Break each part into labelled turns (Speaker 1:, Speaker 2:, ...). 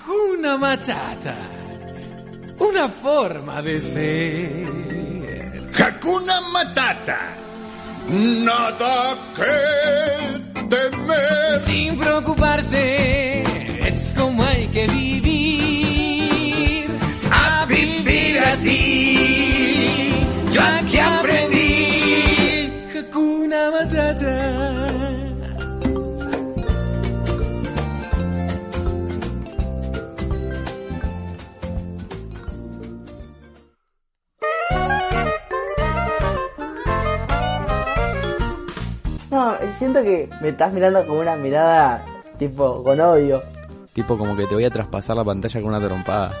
Speaker 1: Hakuna Matata. Una forma de ser.
Speaker 2: Hakuna Matata. Nada que temer.
Speaker 1: Sin preocuparse, es como hay que vivir.
Speaker 2: A vivir así. Yo aquí aprendí.
Speaker 1: Hakuna Matata.
Speaker 3: No, siento que me estás mirando con una mirada tipo con odio.
Speaker 4: Tipo como que te voy a traspasar la pantalla con una trompada.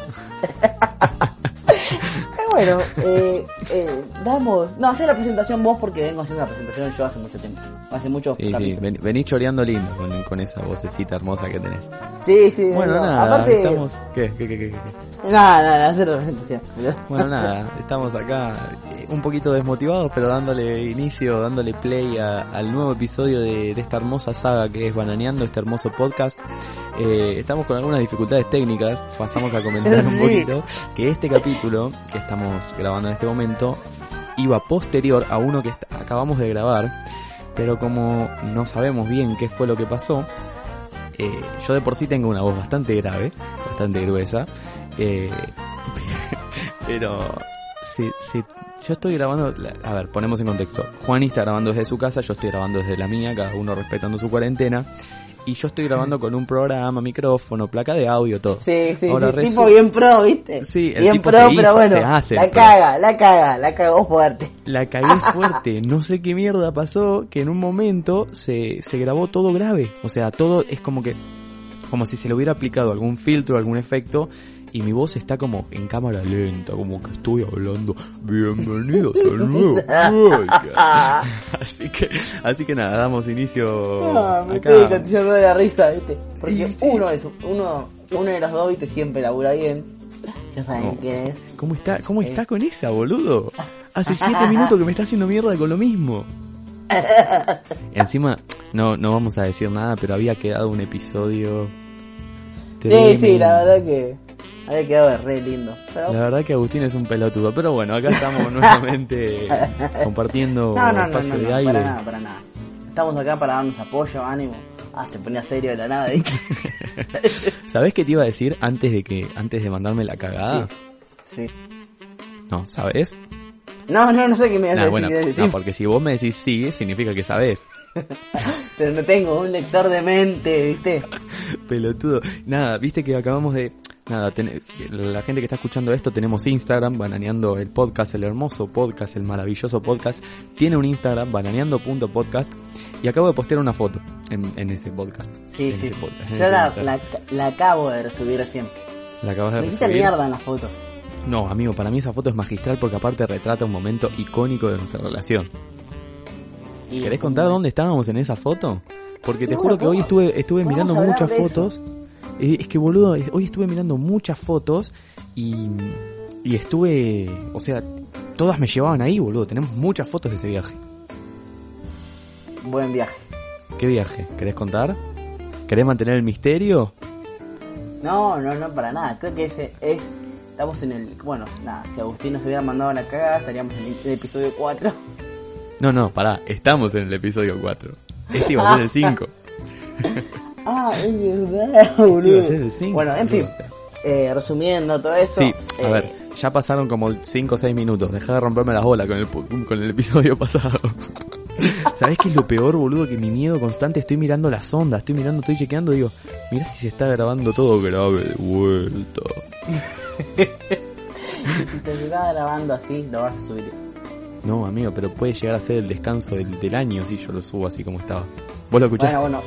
Speaker 3: Pero bueno, eh, eh, damos. No, hacé la presentación vos porque vengo haciendo la presentación yo hace mucho tiempo. Hace mucho
Speaker 4: Sí, sí, ven- venís choreando lindo con, con esa vocecita hermosa que tenés.
Speaker 3: sí, sí,
Speaker 4: Bueno,
Speaker 3: no,
Speaker 4: nada,
Speaker 3: aparte.
Speaker 4: estamos... ¿Qué? ¿Qué, qué, qué, qué?
Speaker 3: Nada, nada, hacer la presentación. boludo.
Speaker 4: Bueno, nada, estamos acá eh, un poquito desmotivados, pero dándole inicio, dándole play a- al nuevo episodio de, de esta hermosa saga que es Bananeando, este hermoso podcast. Eh, estamos con algunas dificultades técnicas, pasamos a comentar un
Speaker 3: Sí.
Speaker 4: poquito que este capítulo que estamos grabando en este momento iba posterior a uno que est- acabamos de grabar, pero como no sabemos bien qué fue lo que pasó, eh, yo de por sí tengo una voz bastante grave, bastante gruesa, eh, pero si, si yo estoy grabando, la- a ver, ponemos en contexto, Juan está grabando desde su casa, yo estoy grabando desde la mía, cada uno respetando su cuarentena, y yo estoy grabando con un programa, micrófono, placa de audio, todo.
Speaker 3: Sí, sí,
Speaker 4: Ahora
Speaker 3: sí, tipo
Speaker 4: resu-
Speaker 3: bien pro, ¿viste?
Speaker 4: Sí, el
Speaker 3: bien
Speaker 4: tipo
Speaker 3: pro,
Speaker 4: se
Speaker 3: pero
Speaker 4: hizo,
Speaker 3: bueno.
Speaker 4: se hace
Speaker 3: la
Speaker 4: pro.
Speaker 3: caga, la caga, la cagó fuerte.
Speaker 4: La cagué fuerte, no sé qué mierda pasó, que en un momento se, se grabó todo grave. O sea, todo es como que, como si se le hubiera aplicado algún filtro, algún efecto, y mi voz está como en cámara lenta, como que estoy hablando. Bienvenidos al nuevo podcast.
Speaker 3: Ah,
Speaker 4: Así que, así que nada, damos inicio
Speaker 3: ah, me estoy
Speaker 4: acá.
Speaker 3: contagiando de la risa, ¿viste? Porque
Speaker 4: Sí, sí.
Speaker 3: uno es uno, uno de los dos, ¿viste? Siempre labura bien. Ya saben
Speaker 4: No.
Speaker 3: quién es.
Speaker 4: ¿Cómo está, cómo está con esa, boludo? Hace siete minutos que me está haciendo mierda con lo mismo. Encima, no, no vamos a decir nada, pero había quedado un episodio.
Speaker 3: Sí, sí,
Speaker 4: tremendo.
Speaker 3: la verdad que había quedado re lindo. Pero
Speaker 4: La verdad que Agustín es un pelotudo, pero bueno, acá estamos nuevamente compartiendo
Speaker 3: no, no, no,
Speaker 4: espacio
Speaker 3: no, no,
Speaker 4: de aire.
Speaker 3: para nada, para nada. Estamos acá para darnos apoyo, ánimo. Ah, se ponía serio de la nada, ¿viste?
Speaker 4: ¿Sabés qué te iba a decir antes de que antes de mandarme la cagada?
Speaker 3: sí.
Speaker 4: No, ¿sabés?
Speaker 3: No, no, no sé qué me
Speaker 4: Nah,
Speaker 3: hace
Speaker 4: bueno,
Speaker 3: decir,
Speaker 4: no, porque si vos me decís sí, significa que sabés.
Speaker 3: pero no tengo un lector de mente, ¿viste?
Speaker 4: Pelotudo. Nada, viste que acabamos de. Nada, ten- la gente que está escuchando esto tenemos Instagram, bananeando el podcast, el hermoso podcast, el maravilloso podcast. Tiene un Instagram, bananeando.podcast. Y acabo de postear una foto en, en ese podcast.
Speaker 3: Sí,
Speaker 4: en
Speaker 3: sí.
Speaker 4: ese podcast, en
Speaker 3: Yo
Speaker 4: ese
Speaker 3: la,
Speaker 4: Instagram.
Speaker 3: la, la acabo de resubir recién.
Speaker 4: La acabas de
Speaker 3: Me hiciste
Speaker 4: recibir.
Speaker 3: mierda en las fotos.
Speaker 4: No, amigo, para mí esa foto es magistral porque aparte retrata un momento icónico de nuestra relación.
Speaker 3: Y-
Speaker 4: ¿Querés contar dónde estábamos en esa foto? Porque te
Speaker 3: No,
Speaker 4: juro que hoy
Speaker 3: ¿cómo?
Speaker 4: estuve, estuve
Speaker 3: Vamos
Speaker 4: mirando
Speaker 3: a hablar
Speaker 4: muchas
Speaker 3: de eso.
Speaker 4: fotos. Eh, Es que boludo, es- hoy estuve mirando muchas fotos y, y estuve, o sea, todas me llevaban ahí, boludo. Tenemos muchas fotos de ese viaje.
Speaker 3: Buen viaje.
Speaker 4: ¿Qué viaje? ¿Querés contar? ¿Querés mantener el misterio?
Speaker 3: No, no, no, para nada. Creo que ese es. Estamos en el. Bueno, nada, si Agustín nos hubiera mandado la cagada, estaríamos en el episodio 4.
Speaker 4: No, no, pará, estamos en el episodio 4. Este iba a ser el 5.
Speaker 3: Ah, es verdad, boludo.
Speaker 4: Este a ser el cinco,
Speaker 3: bueno, en fin,
Speaker 4: boludo.
Speaker 3: eh, resumiendo todo esto.
Speaker 4: Sí, a
Speaker 3: eh,
Speaker 4: ver, ya pasaron como 5 o 6 minutos. Deja de romperme las bolas con el, pu- con el episodio pasado. ¿Sabés qué es lo peor, boludo? Que mi miedo constante, estoy mirando las ondas, estoy mirando, estoy chequeando, digo, mirá si se está grabando todo grave de vuelta.
Speaker 3: Si te quedás grabando así, lo vas a subir.
Speaker 4: No, amigo, pero puede llegar a ser el descanso del, del año si yo lo subo así como estaba. ¿Vos lo escuchaste?
Speaker 3: Bueno,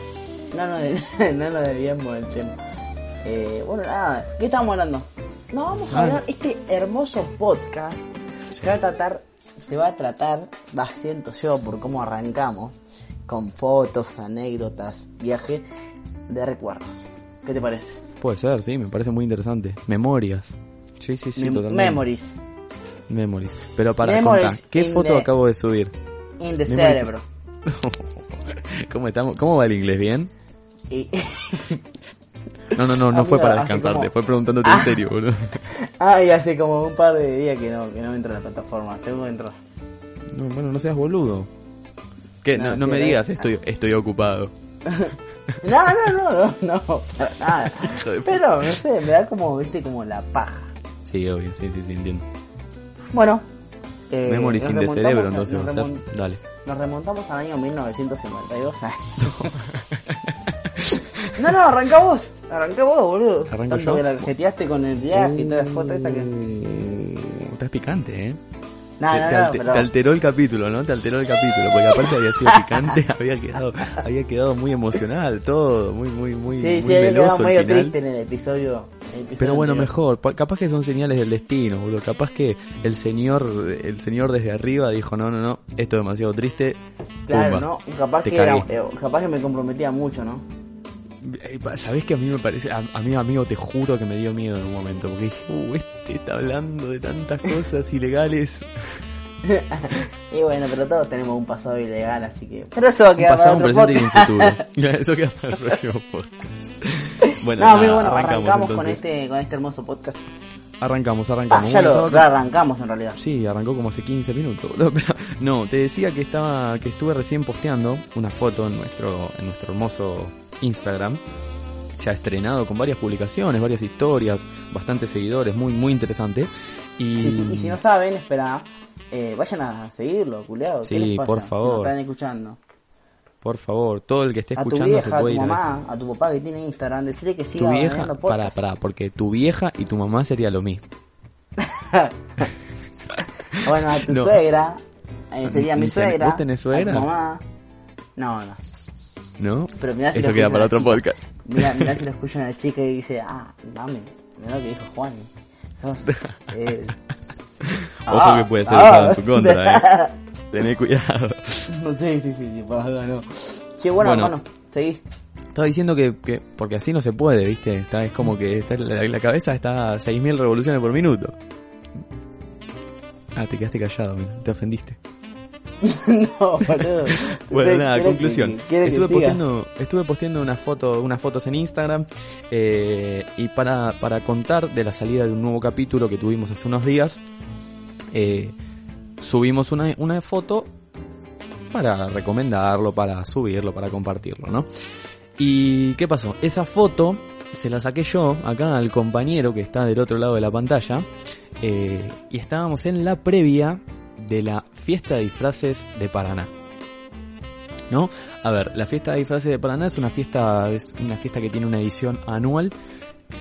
Speaker 3: bueno. No, no, no nos desviamos del tema. Eh, bueno, nada, ¿qué estamos hablando? No, vamos a
Speaker 4: Ah.
Speaker 3: hablar. Este hermoso podcast se va a tratar. Se va a tratar, va siento yo por cómo arrancamos, con fotos, anécdotas, viaje, de recuerdos. ¿Qué te parece?
Speaker 4: Puede ser, sí, me parece muy interesante. Memorias. Sí, sí, sí,
Speaker 3: Mem-
Speaker 4: totalmente.
Speaker 3: Memories
Speaker 4: Memories. Pero para
Speaker 3: Memories
Speaker 4: contar, ¿qué
Speaker 3: in
Speaker 4: foto
Speaker 3: the-
Speaker 4: acabo de subir?
Speaker 3: in the
Speaker 4: Memories.
Speaker 3: cerebro.
Speaker 4: ¿Cómo estamos? ¿Cómo va el inglés? ¿Bien?
Speaker 3: Y-
Speaker 4: No, no, no, no
Speaker 3: Ah,
Speaker 4: fue
Speaker 3: mira, así
Speaker 4: para descansarte,
Speaker 3: como- Ah.
Speaker 4: fue preguntándote en serio, boludo.
Speaker 3: Ay, hace como un par de días que no, que no entro a la plataforma. Tengo que entrar.
Speaker 4: No, bueno, no seas boludo. Que
Speaker 3: No,
Speaker 4: no, no
Speaker 3: sí, ah.
Speaker 4: me
Speaker 3: era-
Speaker 4: digas, estoy, estoy ocupado.
Speaker 3: No, no, no, no, no, para nada.
Speaker 4: Hijo de
Speaker 3: Pero, no sé, me da como, viste, como la paja.
Speaker 4: Sí, obvio, sí, sí, sí, entiendo.
Speaker 3: Bueno. Eh,
Speaker 4: Memory
Speaker 3: nos
Speaker 4: sin de
Speaker 3: remontamos
Speaker 4: cerebro,
Speaker 3: a-
Speaker 4: entonces va a
Speaker 3: nos,
Speaker 4: ser.
Speaker 3: remon-
Speaker 4: Dale.
Speaker 3: nos remontamos al año 1952. no, no, arranca vos. Arranca vos, boludo.
Speaker 4: ¿Arranco
Speaker 3: Tanto
Speaker 4: yo?
Speaker 3: que la seteaste con el viaje y toda la foto esa que... No,
Speaker 4: Uh, Estás picante, ¿eh?
Speaker 3: no,
Speaker 4: te, te
Speaker 3: no,
Speaker 4: alte-
Speaker 3: pero...
Speaker 4: te alteró el capítulo, ¿no? Te alteró el capítulo, porque aparte había sido picante, había quedado, había quedado muy emocional todo, muy, muy, muy,
Speaker 3: Sí,
Speaker 4: muy
Speaker 3: sí, había quedado
Speaker 4: meloso
Speaker 3: medio
Speaker 4: el final.
Speaker 3: triste en el episodio. el episodio
Speaker 4: Pero bueno,
Speaker 3: anterior.
Speaker 4: mejor, pa- capaz que son señales del destino, boludo. Capaz que el señor, el señor desde arriba dijo, no, no, no, esto es demasiado triste.
Speaker 3: Claro,
Speaker 4: Pumba,
Speaker 3: ¿no? Capaz
Speaker 4: te
Speaker 3: que, era-
Speaker 4: cagué.
Speaker 3: eh, capaz que me comprometía mucho, ¿no?
Speaker 4: Eh, pa- Sabés que a mí me parece, a, a mí amigo te juro que me dio miedo en un momento, porque dije, uh, este está hablando de tantas cosas ilegales.
Speaker 3: Y bueno, pero todos tenemos un pasado ilegal, así que... Pero eso va a
Speaker 4: Un
Speaker 3: quedar
Speaker 4: pasado, un
Speaker 3: para otro
Speaker 4: presente y un
Speaker 3: podcast.
Speaker 4: futuro. Eso queda para el próximo podcast. Bueno,
Speaker 3: No, muy
Speaker 4: nada,
Speaker 3: bueno,
Speaker 4: arrancamos,
Speaker 3: arrancamos, con,
Speaker 4: entonces.
Speaker 3: este, con este hermoso podcast.
Speaker 4: Arrancamos,
Speaker 3: Ah,
Speaker 4: arrancamos.
Speaker 3: ya
Speaker 4: Bueno,
Speaker 3: lo
Speaker 4: estaba acá-
Speaker 3: arrancamos en realidad.
Speaker 4: Sí, arrancó como hace 15 minutos, boludo. Pero, no, te decía que estaba, que estuve recién posteando una foto en nuestro, en nuestro hermoso Instagram. Ya estrenado con varias publicaciones, varias historias, bastantes seguidores, muy, muy interesante. Y,
Speaker 3: Sí, sí, y
Speaker 4: Mm.
Speaker 3: si no saben, espera, eh, vayan a seguirlo, culeado. ¿qué
Speaker 4: Sí,
Speaker 3: les pasa?
Speaker 4: por
Speaker 3: Si
Speaker 4: favor.
Speaker 3: nos están escuchando.
Speaker 4: por favor, todo el que esté
Speaker 3: A tu
Speaker 4: escuchando se
Speaker 3: vieja, a
Speaker 4: puede
Speaker 3: tu
Speaker 4: ir a-
Speaker 3: mamá, a tu papá que tiene Instagram, decirle que siga
Speaker 4: Tu vieja,
Speaker 3: baneando
Speaker 4: pará,
Speaker 3: podcast.
Speaker 4: pará, porque tu vieja y tu mamá sería lo mismo.
Speaker 3: Bueno, a tu
Speaker 4: No.
Speaker 3: suegra, eh, sería mi
Speaker 4: ¿Tenés-
Speaker 3: suegra.
Speaker 4: vos tenés suegra?
Speaker 3: A tu mamá. No, no.
Speaker 4: ¿No?
Speaker 3: Pero mirá si
Speaker 4: Eso
Speaker 3: lo
Speaker 4: queda
Speaker 3: escucha
Speaker 4: para
Speaker 3: la
Speaker 4: otro
Speaker 3: chica.
Speaker 4: podcast.
Speaker 3: Mirá, mirá si lo escucha una chica y dice, ah, mami, mirá lo que dijo Juan. Sos, eh,
Speaker 4: Ojo
Speaker 3: Ah,
Speaker 4: que puede ser
Speaker 3: ah.
Speaker 4: usado en su contra, eh. Tené cuidado.
Speaker 3: sí, sí, sí, sí, por acá no. Che, bueno,
Speaker 4: Bueno.
Speaker 3: hermano, seguí.
Speaker 4: Estaba diciendo que, que- porque así no se puede, ¿viste? Está, es como que está, la, la cabeza está a 6.000 revoluciones por minuto. Ah, te quedaste callado, mira, te ofendiste.
Speaker 3: no, boludo.
Speaker 4: Bueno,
Speaker 3: Quiero-
Speaker 4: nada,
Speaker 3: quiero
Speaker 4: conclusión.
Speaker 3: que- quiero que
Speaker 4: estuve,
Speaker 3: sigas.
Speaker 4: posteando, estuve posteando una foto, unas fotos en Instagram eh, y para, para contar de la salida de un nuevo capítulo que tuvimos hace unos días, eh, subimos una, una foto para recomendarlo, para subirlo, para compartirlo, ¿no? ¿Y qué pasó? Esa foto se la saqué yo acá al compañero que está del otro lado de la pantalla eh, y estábamos en la previa de la fiesta de disfraces de Paraná. ¿no? A ver, la fiesta de disfraces de Paraná es una fiesta, es una fiesta que tiene una edición anual.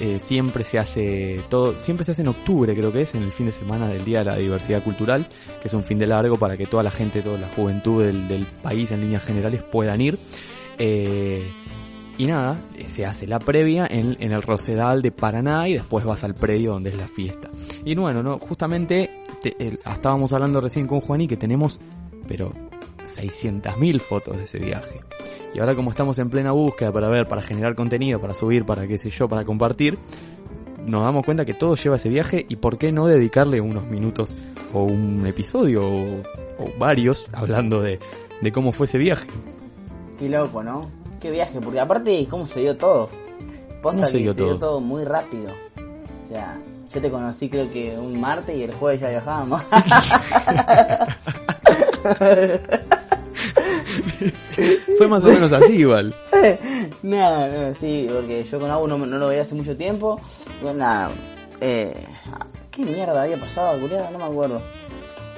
Speaker 4: Eh, siempre se hace todo, siempre se hace en octubre, creo que es, en el fin de semana del Día de la Diversidad Cultural, que es un fin de largo para que toda la gente, toda la juventud del, del país en líneas generales puedan ir. Eh, y nada, eh, se hace la previa en, en el Rosedal de Paraná y después vas al predio donde es la fiesta. Y bueno, no, justamente te- el- estábamos hablando recién con Juani que tenemos, pero 600.000 fotos de ese viaje. Y ahora como estamos en plena búsqueda para ver, para generar contenido, para subir, para qué sé yo, para compartir, nos damos cuenta que todo lleva ese viaje y por qué no dedicarle unos minutos o un episodio o, o varios hablando de, de cómo fue ese viaje.
Speaker 3: Qué loco, ¿no? Qué viaje, porque aparte, ¿cómo se dio todo? Posta
Speaker 4: ¿Cómo se
Speaker 3: que
Speaker 4: dio todo?
Speaker 3: muy rápido. O sea, yo te conocí creo que un martes y el jueves ya viajábamos.
Speaker 4: Fue más o menos así igual.
Speaker 3: no, no, sí, porque yo con Abu no, no lo veía hace mucho tiempo. Bueno, nada, eh, ¿qué mierda había pasado, culiado? No me acuerdo.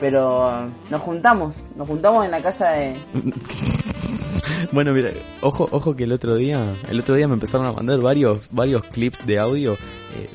Speaker 3: Pero eh, nos juntamos, nos juntamos en la casa de...
Speaker 4: Bueno, mira, ojo, ojo que el otro día, el otro día me empezaron a mandar varios, varios clips de audio eh,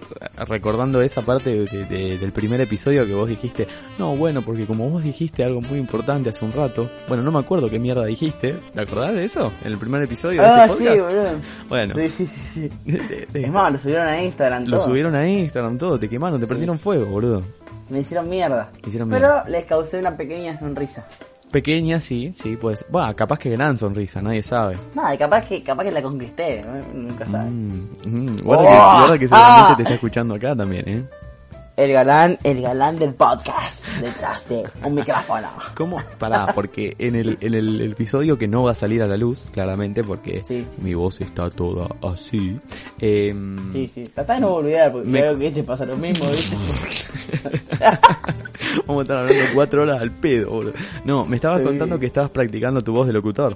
Speaker 4: recordando esa parte de- de- del primer episodio que vos dijiste, no, bueno, porque como vos dijiste algo muy importante hace un rato, bueno, no me acuerdo qué mierda dijiste, ¿te acordás de eso? En el primer episodio de
Speaker 3: Ah,
Speaker 4: este
Speaker 3: sí,
Speaker 4: podcast.
Speaker 3: boludo.
Speaker 4: Bueno,
Speaker 3: Sí, sí, sí, sí.
Speaker 4: de- de-
Speaker 3: Es más, lo subieron a Instagram.
Speaker 4: lo
Speaker 3: todo.
Speaker 4: subieron a Instagram, todo, te quemaron, te prendieron fuego, boludo.
Speaker 3: Me hicieron mierda.
Speaker 4: Me hicieron
Speaker 3: pero
Speaker 4: mierda.
Speaker 3: les causé una pequeña sonrisa.
Speaker 4: Pequeña, sí, sí, pues, va, capaz que gran sonrisa, nadie sabe.
Speaker 3: Nada, capaz que, capaz que la conquisté, ¿no? nunca sabes.
Speaker 4: Mm, mm, guarda,
Speaker 3: ¡Oh!
Speaker 4: que, guarda que
Speaker 3: ¡Ah!
Speaker 4: seguramente te está escuchando acá también, ¿eh?
Speaker 3: El galán, el galán del podcast, detrás de un micrófono.
Speaker 4: ¿Cómo? Pará, porque en el, en el episodio que no va a salir a la luz, claramente, porque
Speaker 3: Sí, sí,
Speaker 4: mi voz está toda así. eh,
Speaker 3: Sí, sí, tratá de no olvidar, porque
Speaker 4: Me-
Speaker 3: creo que te pasa lo mismo, ¿viste?
Speaker 4: Vamos a estar hablando cuatro horas al pedo, boludo. No, me estabas
Speaker 3: Sí.
Speaker 4: contando que estabas practicando tu voz de locutor.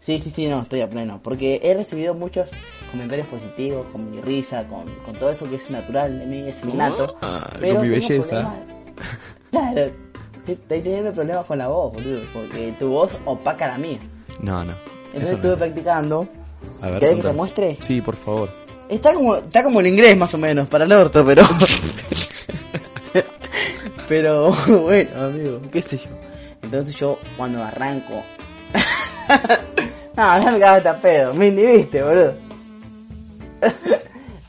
Speaker 3: Sí, sí, sí, no, estoy a pleno. Porque he recibido muchos comentarios positivos con mi risa, con, con todo eso que es natural de mí, es innato.
Speaker 4: Ah,
Speaker 3: pero
Speaker 4: con mi
Speaker 3: tengo
Speaker 4: belleza.
Speaker 3: problemas- Claro, te- estoy teniendo problemas con la voz, boludo. Porque tu voz opaca la mía.
Speaker 4: No, no.
Speaker 3: Entonces
Speaker 4: eso no
Speaker 3: estuve
Speaker 4: es.
Speaker 3: practicando.
Speaker 4: A ver,
Speaker 3: ¿Querés que
Speaker 4: contame.
Speaker 3: te muestre?
Speaker 4: Sí, por favor.
Speaker 3: Está como, está como el inglés más o menos, para el orto, pero. pero bueno, amigo, qué sé yo. Entonces yo cuando arranco. no, no me cago hasta pedo, me inhibiste, boludo.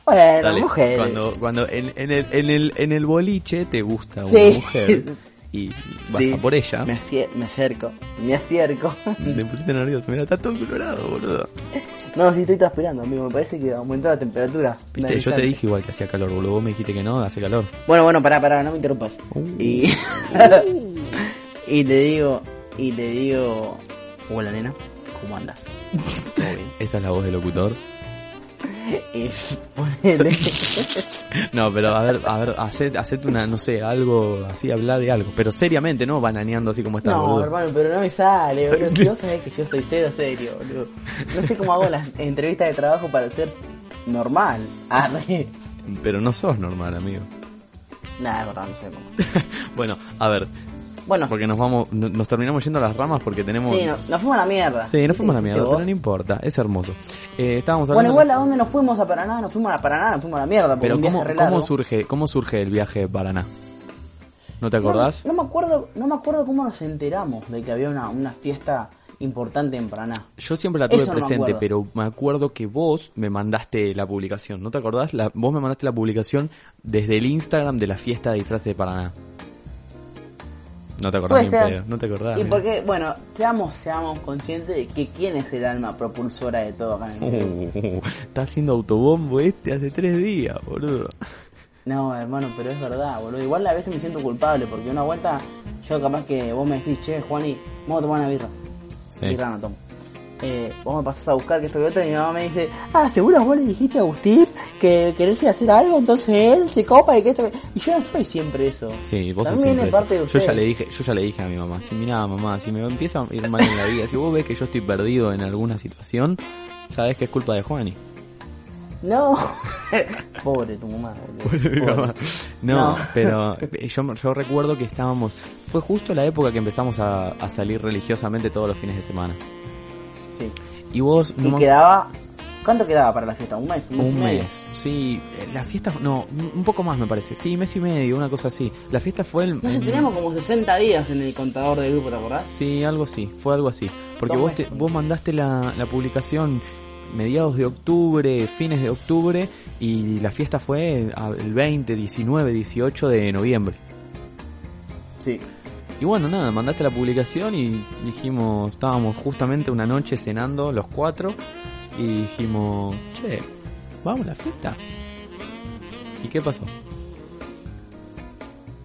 Speaker 3: bueno,
Speaker 4: Dale,
Speaker 3: mujeres.
Speaker 4: Cuando, cuando en, en el, en, el, en el boliche te gusta una
Speaker 3: Sí.
Speaker 4: mujer y vas
Speaker 3: Sí,
Speaker 4: a por ella.
Speaker 3: Me, acie- me acerco, me acerco.
Speaker 4: Te pusiste nervioso, mira, está todo colorado, boludo.
Speaker 3: no, sí estoy transpirando, amigo, me parece que aumentó la temperatura. Una
Speaker 4: Viste, yo te
Speaker 3: distancia.
Speaker 4: dije igual que hacía calor, boludo. Vos me dijiste que no, hace calor.
Speaker 3: Bueno, bueno, pará, pará, no me interrumpas.
Speaker 4: Uh.
Speaker 3: Y, y te digo, y te digo, hola nena, ¿cómo andas? Todo bien.
Speaker 4: Esa es la voz del locutor.
Speaker 3: Y ponele,
Speaker 4: No, pero a ver, a ver, haced, haced una, no sé, algo así, habla de algo. Pero seriamente, ¿no? Bananeando así como estás,
Speaker 3: no,
Speaker 4: boludo.
Speaker 3: hermano, pero no me sale, boludo. Si vos sabés que yo soy cero serio, boludo. No sé cómo hago las entrevistas de trabajo para ser normal. Ah, Arre.
Speaker 4: Pero no sos normal, amigo.
Speaker 3: Nada, es verdad, no sé cómo.
Speaker 4: bueno, a ver,
Speaker 3: Bueno,
Speaker 4: porque nos vamos, no- nos terminamos yendo a las ramas porque tenemos...
Speaker 3: sí, no- nos fuimos a la mierda.
Speaker 4: Sí, nos fuimos a la
Speaker 3: ¿Viste
Speaker 4: mierda,
Speaker 3: vos?
Speaker 4: pero no importa, es hermoso. Eh, estábamos hablando...
Speaker 3: Bueno, igual a dónde nos fuimos a Paraná, nos fuimos a Paraná, nos fuimos a la mierda. porque
Speaker 4: Pero
Speaker 3: un viaje
Speaker 4: ¿cómo,
Speaker 3: re
Speaker 4: cómo
Speaker 3: largo.
Speaker 4: surge, ¿cómo surge el viaje de Paraná? ¿No te acordás?
Speaker 3: No, no me acuerdo, no me acuerdo cómo nos enteramos de que había una, una fiesta importante en Paraná.
Speaker 4: Yo siempre la tuve
Speaker 3: Eso no me
Speaker 4: presente,
Speaker 3: acuerdo.
Speaker 4: pero me acuerdo que vos me mandaste la publicación, ¿no te acordás? La- vos me mandaste la publicación desde el Instagram de la fiesta de disfraces de Paraná. No te acordás
Speaker 3: Puede
Speaker 4: ni en
Speaker 3: ser.
Speaker 4: pedo, no te acordás.
Speaker 3: Y
Speaker 4: Ah, mira.
Speaker 3: porque, bueno, seamos, seamos conscientes de que quién es el alma propulsora de todo acá en el mundo.
Speaker 4: Uh, está haciendo autobombo este hace tres días, boludo.
Speaker 3: No, hermano, pero es verdad, boludo. Igual a veces me siento culpable porque una vuelta yo capaz que vos me decís, che, Juani, vamos a tomar una birra.
Speaker 4: Sí.
Speaker 3: Birra no tomo. Eh, vos me pasás a buscar que esto que otro y mi mamá me dice, ah, seguro vos le dijiste a Agustín que querés ir a hacer algo, entonces él se copa y que esto... que-". Y yo no soy siempre eso.
Speaker 4: Sí, vos sos
Speaker 3: También
Speaker 4: siempre
Speaker 3: es
Speaker 4: esa.
Speaker 3: parte de
Speaker 4: Yo
Speaker 3: ustedes.
Speaker 4: ya le dije, yo ya le dije a mi mamá, si mirá mamá, si me empieza a ir mal en la vida, si vos ves que yo estoy perdido en alguna situación, sabes que es culpa de Juani.
Speaker 3: No. Pobre tu mamá. boludo.
Speaker 4: Mi
Speaker 3: Pobre.
Speaker 4: mamá. No,
Speaker 3: No.
Speaker 4: pero eh, yo, yo recuerdo que estábamos, fue justo la época que empezamos a, a salir religiosamente todos los fines de semana.
Speaker 3: Sí.
Speaker 4: Y vos
Speaker 3: Y
Speaker 4: no me-
Speaker 3: quedaba... ¿Cuánto quedaba para la fiesta? ¿Un mes? ¿Un mes? y
Speaker 4: un
Speaker 3: medio?
Speaker 4: mes, sí, eh, la fiesta, no, un un poco más me parece, sí, mes y medio, una cosa así. La fiesta fue el...
Speaker 3: No sé, teníamos como 60 días en el contador del grupo, ¿te acordás?
Speaker 4: Sí, algo así, fue algo así. Porque
Speaker 3: Dos
Speaker 4: vos, te-
Speaker 3: meses.
Speaker 4: vos mandaste la, la publicación mediados de octubre, fines de octubre, y la fiesta fue eh, a- el 20, 19, 18 de noviembre.
Speaker 3: Sí.
Speaker 4: Y bueno, nada, mandaste la publicación y dijimos, estábamos justamente una noche cenando los cuatro, y dijimos, che, vamos a la fiesta. ¿Y qué pasó?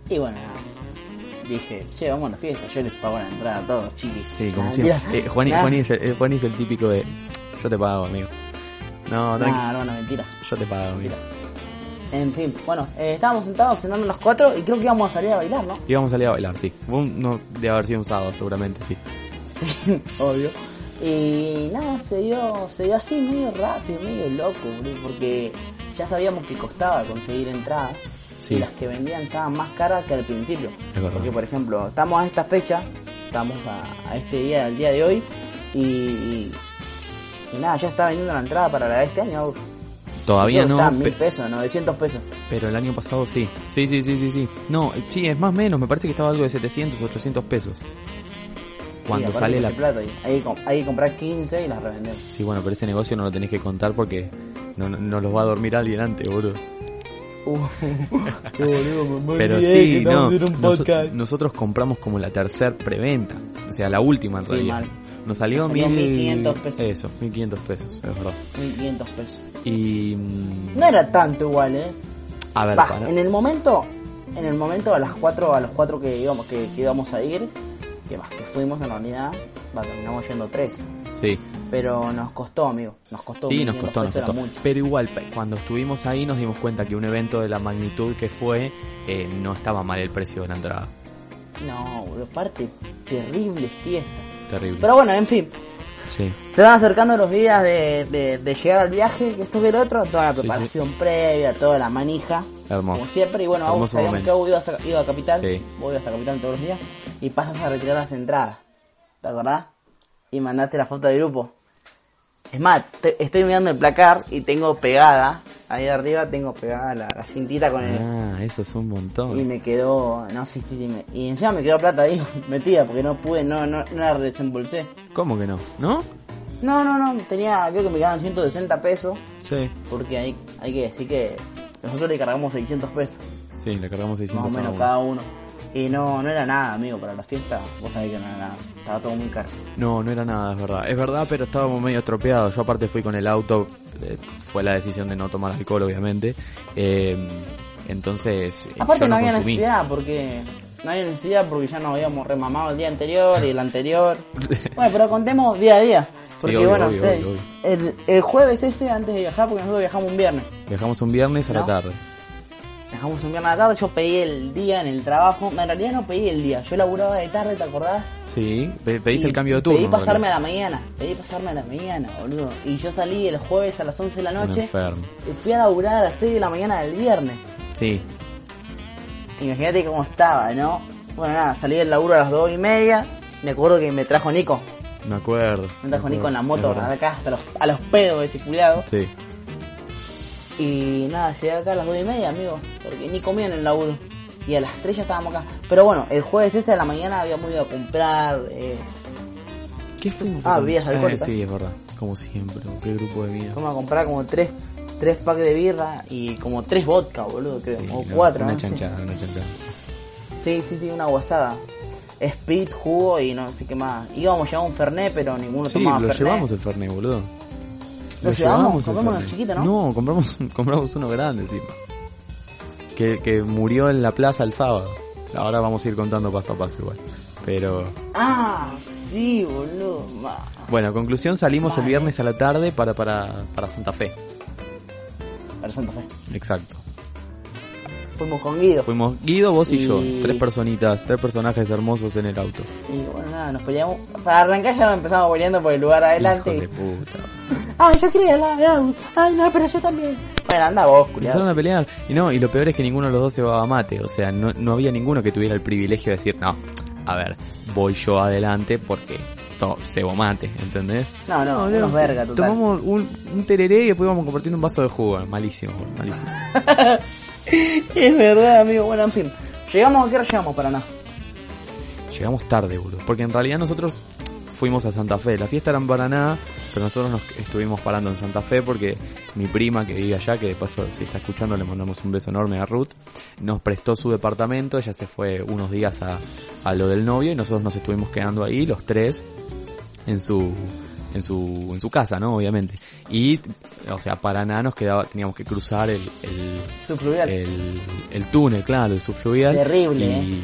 Speaker 3: Y bueno, nada. dije, che, vamos a la fiesta, yo les pago la entrada a todos, chiles.
Speaker 4: Sí, como
Speaker 3: Ah,
Speaker 4: siempre.
Speaker 3: mira.
Speaker 4: Eh, Juani,
Speaker 3: Nah.
Speaker 4: Juani es el, eh, Juani es el típico de, yo te pago, amigo. No,
Speaker 3: Nah,
Speaker 4: tranqui,
Speaker 3: no, no, mentira.
Speaker 4: yo te pago, amigo.
Speaker 3: En fin, bueno, eh, estábamos sentados cenando los cuatro y creo que íbamos a salir a bailar, ¿no?
Speaker 4: Íbamos a salir a bailar, sí. Fue un- no, debe haber sido un sábado, seguramente, sí.
Speaker 3: Sí, obvio. Y nada, se dio, se dio así medio rápido, medio loco, boludo, porque ya sabíamos que costaba conseguir entradas
Speaker 4: Sí.
Speaker 3: y las que vendían estaban más caras que al principio.
Speaker 4: verdad.
Speaker 3: Porque, por ejemplo, estamos a esta fecha, estamos a, a este día, al día de hoy, y, y, y nada, ya está vendiendo la entrada para la de este año.
Speaker 4: Todavía no,
Speaker 3: Estaban mil
Speaker 4: pe-
Speaker 3: pesos, 900 pesos.
Speaker 4: pero el año pasado sí. Sí, sí, sí, sí, sí. No, eh, sí, es más o menos, me parece que estaba algo de 700, 800 pesos. Cuando
Speaker 3: Sí, aparte
Speaker 4: sale
Speaker 3: que
Speaker 4: la...
Speaker 3: hace plata, ahí. hay, que com- hay que comprar 15 y las revender.
Speaker 4: Sí, bueno, pero ese negocio no lo tenés que contar porque no, no, no los va a dormir alguien antes, boludo.
Speaker 3: qué boludo, me
Speaker 4: Pero
Speaker 3: olvidé que
Speaker 4: sí, no.
Speaker 3: estábamos en un
Speaker 4: nos-
Speaker 3: podcast.
Speaker 4: nosotros compramos como la tercer preventa. O sea, la última en
Speaker 3: Sí,
Speaker 4: realidad.
Speaker 3: mal.
Speaker 4: Nos salió,
Speaker 3: Nos salió
Speaker 4: mil-
Speaker 3: 1500 pesos.
Speaker 4: Eso, 1500 pesos, es verdad.
Speaker 3: 1500 pesos.
Speaker 4: Y... mm,
Speaker 3: No era tanto igual, ¿eh?
Speaker 4: A ver,
Speaker 3: Va,
Speaker 4: para.
Speaker 3: en el momento, en el momento a las cuatro, a los cuatro que íbamos, que, que íbamos a ir, que más que fuimos en realidad, va, terminamos yendo tres.
Speaker 4: Sí.
Speaker 3: Pero nos costó, amigo, nos costó.
Speaker 4: Sí, nos
Speaker 3: 1.500
Speaker 4: costó, nos
Speaker 3: pesos,
Speaker 4: costó.
Speaker 3: era mucho.
Speaker 4: Pero igual, pa- cuando estuvimos ahí nos dimos cuenta que un evento de la magnitud que fue, eh, no estaba mal el precio de la entrada.
Speaker 3: No, boludo, aparte, terrible fiesta.
Speaker 4: Terrible.
Speaker 3: Pero bueno, en fin,
Speaker 4: Sí.
Speaker 3: se van acercando los días de, de- de llegar al viaje, que esto que el otro, toda la
Speaker 4: Sí,
Speaker 3: preparación previa, toda la manija.
Speaker 4: Hermoso.
Speaker 3: Como siempre, y bueno, vamos,
Speaker 4: Hermoso
Speaker 3: sabíamos que
Speaker 4: momento.
Speaker 3: Hugo iba a, iba a Capital,
Speaker 4: Sí.
Speaker 3: voy hasta Capital todos los días, y pasas a retirar las entradas, ¿te acordás? Y mandaste la foto de grupo. Es más, te- estoy mirando el placar y tengo pegada, ahí arriba tengo pegada la, la cintita con el...
Speaker 4: Ah, eso es un
Speaker 3: Y
Speaker 4: montón.
Speaker 3: me quedó, no, sí, sí, sí, me- y encima me quedó plata ahí metida porque no pude, no, no, no la desembolsé.
Speaker 4: ¿Cómo que no? ¿No?
Speaker 3: No, no, no, tenía, creo que me quedaban 160 pesos,
Speaker 4: Sí.
Speaker 3: porque hay, hay que decir que nosotros le cargamos 600 pesos,
Speaker 4: Sí, le cargamos 600
Speaker 3: más o menos
Speaker 4: uno.
Speaker 3: cada uno. Y no, no era nada, amigo, para la fiesta, vos sabés que no era nada, estaba todo muy caro.
Speaker 4: No, no era nada, es verdad. Es verdad, pero estábamos medio estropeados. Yo aparte fui con el auto, eh, fue la decisión de no tomar alcohol, obviamente. Eh, entonces, eh,
Speaker 3: Aparte
Speaker 4: yo
Speaker 3: no, había
Speaker 4: consumí.
Speaker 3: necesidad, porque no había necesidad porque ya nos habíamos remamado el día anterior y el anterior. bueno, pero contemos día a día, porque
Speaker 4: obvio,
Speaker 3: bueno,
Speaker 4: obvio,
Speaker 3: se-
Speaker 4: obvio, obvio.
Speaker 3: El, el jueves ese antes de viajar, porque nosotros viajamos un viernes.
Speaker 4: Viajamos un viernes a la
Speaker 3: No.
Speaker 4: tarde.
Speaker 3: Dejamos un viernes a la tarde, yo pedí el día en el trabajo. En realidad no pedí el día, yo laburaba de tarde, ¿te acordás?
Speaker 4: Sí, pe- pediste
Speaker 3: Y
Speaker 4: el cambio de turno.
Speaker 3: Pedí
Speaker 4: en
Speaker 3: pasarme a
Speaker 4: realidad.
Speaker 3: la mañana, pedí pasarme a la mañana, boludo. Y yo salí el jueves a las 11 de la
Speaker 4: Un
Speaker 3: noche.
Speaker 4: enfermo.
Speaker 3: y Fui a laburar a las 6 de la mañana del viernes.
Speaker 4: Sí,
Speaker 3: Imagínate cómo estaba, ¿no? Bueno, nada, salí del laburo a las 2 y media. Me acuerdo que me trajo Nico.
Speaker 4: me acuerdo.
Speaker 3: Me trajo
Speaker 4: me
Speaker 3: Nico en la
Speaker 4: acuerdo,
Speaker 3: moto,
Speaker 4: es verdad.
Speaker 3: acá hasta los, a los pedos de circulado.
Speaker 4: Sí.
Speaker 3: Y nada, llegué acá a las 2 y media, amigo, porque ni comía en el laburo. Y a las 3 ya estábamos acá. Pero bueno, el jueves ese de la mañana habíamos ido a comprar. Eh,
Speaker 4: ¿Qué fuimos?
Speaker 3: Ah,
Speaker 4: a comer?
Speaker 3: bebidas
Speaker 4: Eh,
Speaker 3: alcohólicas.
Speaker 4: Sí, es verdad. Como siempre, qué grupo de vida.
Speaker 3: fuimos a comprar como 3, tres packs de birra y como 3 vodka, boludo, creo.
Speaker 4: Sí,
Speaker 3: o
Speaker 4: no,
Speaker 3: 4,
Speaker 4: Una
Speaker 3: no sé.
Speaker 4: chanchada, una chanchada.
Speaker 3: Sí, sí, sí, una guasada. Speed, jugo y no sé qué más. Íbamos a llevar un Fernet, pero ninguno
Speaker 4: Sí,
Speaker 3: tomaba
Speaker 4: lo
Speaker 3: Fernet.
Speaker 4: llevamos el Fernet, boludo.
Speaker 3: ¿Lo
Speaker 4: Lo
Speaker 3: llevamos?
Speaker 4: llevamos el
Speaker 3: Compramos uno
Speaker 4: Fernet.
Speaker 3: chiquito, ¿no?
Speaker 4: No, compramos, compramos uno grande encima. Que, que murió en la plaza el sábado. Ahora vamos a ir contando paso a paso igual. Pero
Speaker 3: Ah, sí, boludo. ma.
Speaker 4: bueno, conclusión, salimos el viernes a la tarde para, para, para Santa Fe.
Speaker 3: Para Santa Fe.
Speaker 4: Exacto.
Speaker 3: Fuimos con Guido.
Speaker 4: Fuimos Guido, vos y,
Speaker 3: Y-
Speaker 4: yo. Tres personitas, tres personajes hermosos en el auto.
Speaker 3: Y bueno, nada, nos peleamos. Para arrancar ya nos empezamos peleando por el lugar adelante.
Speaker 4: Hijo de puta.
Speaker 3: Ay, yo quería la de Agus. Ay, no, pero yo también. Bueno, anda vos,
Speaker 4: Se empezaron
Speaker 3: culiado.
Speaker 4: a pelear. Y no, y lo peor es que ninguno de los dos se va a mate. O sea, no, no había ninguno que tuviera el privilegio de decir, no, a ver, voy yo adelante porque to, cebo mate, ¿entendés?
Speaker 3: No, Oh, no, unos verga, total.
Speaker 4: Tomamos un, un tereré y después vamos compartiendo un vaso de jugo. Malísimo, malísimo.
Speaker 3: Es verdad, amigo. Bueno, en fin. Llegamos, ¿a qué hora llegamos para nada?
Speaker 4: Llegamos tarde, boludo. Porque en realidad nosotros fuimos a Santa Fe. La fiesta era en Paraná, pero nosotros nos estuvimos parando en Santa Fe porque mi prima que vive allá, que de paso si está escuchando le mandamos un beso enorme a Ruth, nos prestó su departamento. Ella se fue unos días a, a lo del novio y nosotros nos estuvimos quedando ahí los tres en su en su en su casa, ¿no? Obviamente. Y o sea, Paraná nos quedaba teníamos que cruzar el- el
Speaker 3: Subfluvial.
Speaker 4: el, el túnel, claro, el subfluvial.
Speaker 3: Terrible, eh.
Speaker 4: Y-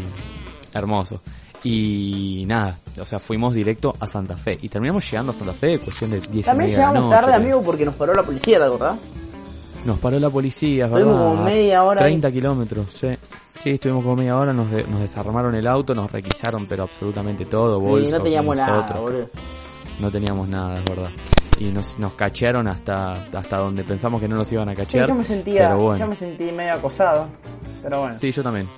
Speaker 4: Hermoso. Y nada, o sea, fuimos directo a Santa Fe. Y terminamos llegando a Santa Fe, cuestión de 10 y
Speaker 3: también
Speaker 4: media de la
Speaker 3: llegamos
Speaker 4: noche,
Speaker 3: tarde,
Speaker 4: creo.
Speaker 3: amigo, porque nos paró la policía, ¿te acordás?
Speaker 4: Nos paró la policía, es
Speaker 3: Estuvimos
Speaker 4: verdad.
Speaker 3: como media hora
Speaker 4: 30 kilómetros, sí. Sí, estuvimos como media hora, nos, de- nos desarmaron el auto, nos requisaron, pero absolutamente todo,
Speaker 3: sí,
Speaker 4: bolsos,
Speaker 3: no teníamos nada,
Speaker 4: nosotros.
Speaker 3: boludo.
Speaker 4: No teníamos nada, es verdad. Y nos, nos cachearon hasta, hasta donde pensamos que no nos iban a
Speaker 3: Sí,
Speaker 4: cachear.
Speaker 3: yo me sentía,
Speaker 4: pero bueno.
Speaker 3: yo me sentí medio acosado. Pero bueno.
Speaker 4: Sí, yo también.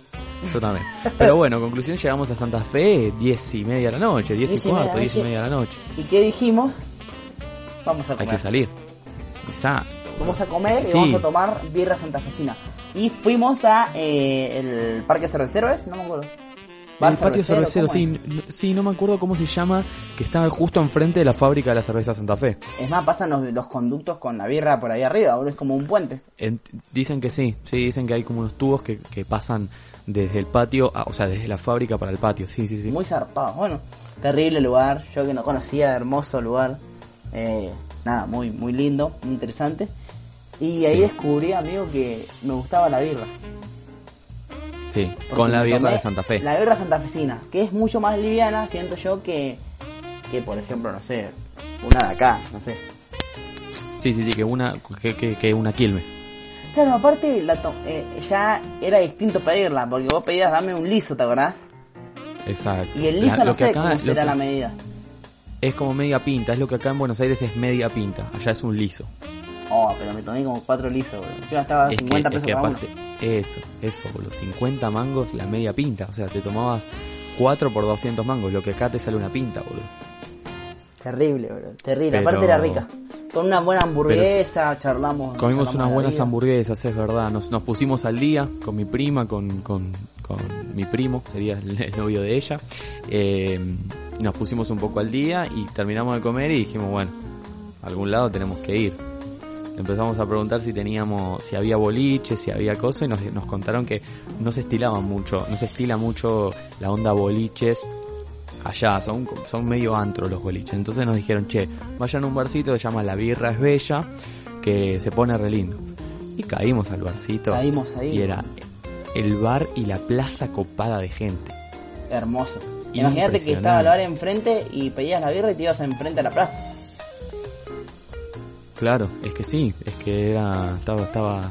Speaker 4: Yo también. Pero bueno, conclusión, llegamos a Santa Fe 10 y media de la noche, 10 y
Speaker 3: Diez y media de
Speaker 4: cuarto,
Speaker 3: la
Speaker 4: 10 y
Speaker 3: noche.
Speaker 4: media de la noche.
Speaker 3: ¿Y qué dijimos? Vamos a
Speaker 4: Hay
Speaker 3: comer.
Speaker 4: que salir. Exacto.
Speaker 3: Vamos a comer y
Speaker 4: Sí.
Speaker 3: vamos a tomar birra santafesina. Y fuimos a eh, el parque cervecero, ¿es? No me acuerdo. Bar
Speaker 4: El patio cervecero,
Speaker 3: ¿cómo
Speaker 4: sí,
Speaker 3: es?
Speaker 4: n- sí, no me acuerdo cómo se llama, que estaba justo enfrente de la fábrica de la cerveza Santa Fe.
Speaker 3: Es más, pasan los, los conductos con la birra por ahí arriba, boludo, es como un puente.
Speaker 4: En- dicen que sí, sí, dicen que hay como unos tubos que, que pasan desde el patio, a- o sea, desde la fábrica para el patio, sí, sí, sí.
Speaker 3: Muy zarpado. Bueno, terrible lugar, yo que no conocía, hermoso lugar. Eh, nada, muy, muy lindo, muy interesante. Y ahí
Speaker 4: Sí.
Speaker 3: descubrí, amigo, que me gustaba la birra.
Speaker 4: Sí,
Speaker 3: Porque
Speaker 4: con la
Speaker 3: me
Speaker 4: birra
Speaker 3: tomé
Speaker 4: de Santa Fe.
Speaker 3: La birra santafesina, que es mucho más liviana, siento yo, que, que por ejemplo, no sé, una de acá, no sé.
Speaker 4: Sí, sí, sí, que una, que, que, que una Quilmes.
Speaker 3: Claro, aparte la to- eh, ya era distinto pedirla, porque vos pedías dame un liso, ¿te acordás?
Speaker 4: Exacto.
Speaker 3: Y el
Speaker 4: La-
Speaker 3: liso
Speaker 4: lo
Speaker 3: no
Speaker 4: que
Speaker 3: sé
Speaker 4: acá-
Speaker 3: cómo
Speaker 4: lo
Speaker 3: será
Speaker 4: que-
Speaker 3: la medida.
Speaker 4: Es como media pinta, es lo que acá en Buenos Aires es media pinta, allá es un liso.
Speaker 3: Oh, pero me tomé como cuatro lisos, bro. Yo gastaba
Speaker 4: Es que-
Speaker 3: 50 Ah,
Speaker 4: es
Speaker 3: pesos
Speaker 4: que
Speaker 3: cada
Speaker 4: aparte, eso, eso, por los 50 mangos la media pinta, o sea, te tomabas 4 por 200 mangos, lo que acá te sale una pinta, boludo.
Speaker 3: uno. Terrible, bro. Terrible.
Speaker 4: Pero-
Speaker 3: Aparte era rica. Con una buena hamburguesa, charlamos.
Speaker 4: Comimos
Speaker 3: charlamos
Speaker 4: unas
Speaker 3: la
Speaker 4: buenas
Speaker 3: vida.
Speaker 4: hamburguesas, es verdad, nos, nos pusimos al día con mi prima, con, con, con mi primo, sería el, el novio de ella, Eh, nos pusimos un poco al día y terminamos de comer y dijimos, bueno, a algún lado tenemos que ir. Empezamos a preguntar si teníamos, si había boliche, si había cosas y nos, nos contaron que no se estilaban mucho, no se estila mucho la onda boliches allá, son, son medio antro los boliches. Entonces nos dijeron, che, vayan a un barcito que se llama La Birra es Bella, que se pone re lindo. Y caímos al barcito.
Speaker 3: Caímos ahí.
Speaker 4: Y era el bar y la plaza copada de gente.
Speaker 3: Hermoso. Imagínate que estaba el bar enfrente y pedías la birra y te ibas enfrente a la plaza.
Speaker 4: Claro, es que sí, es que era, estaba, estaba,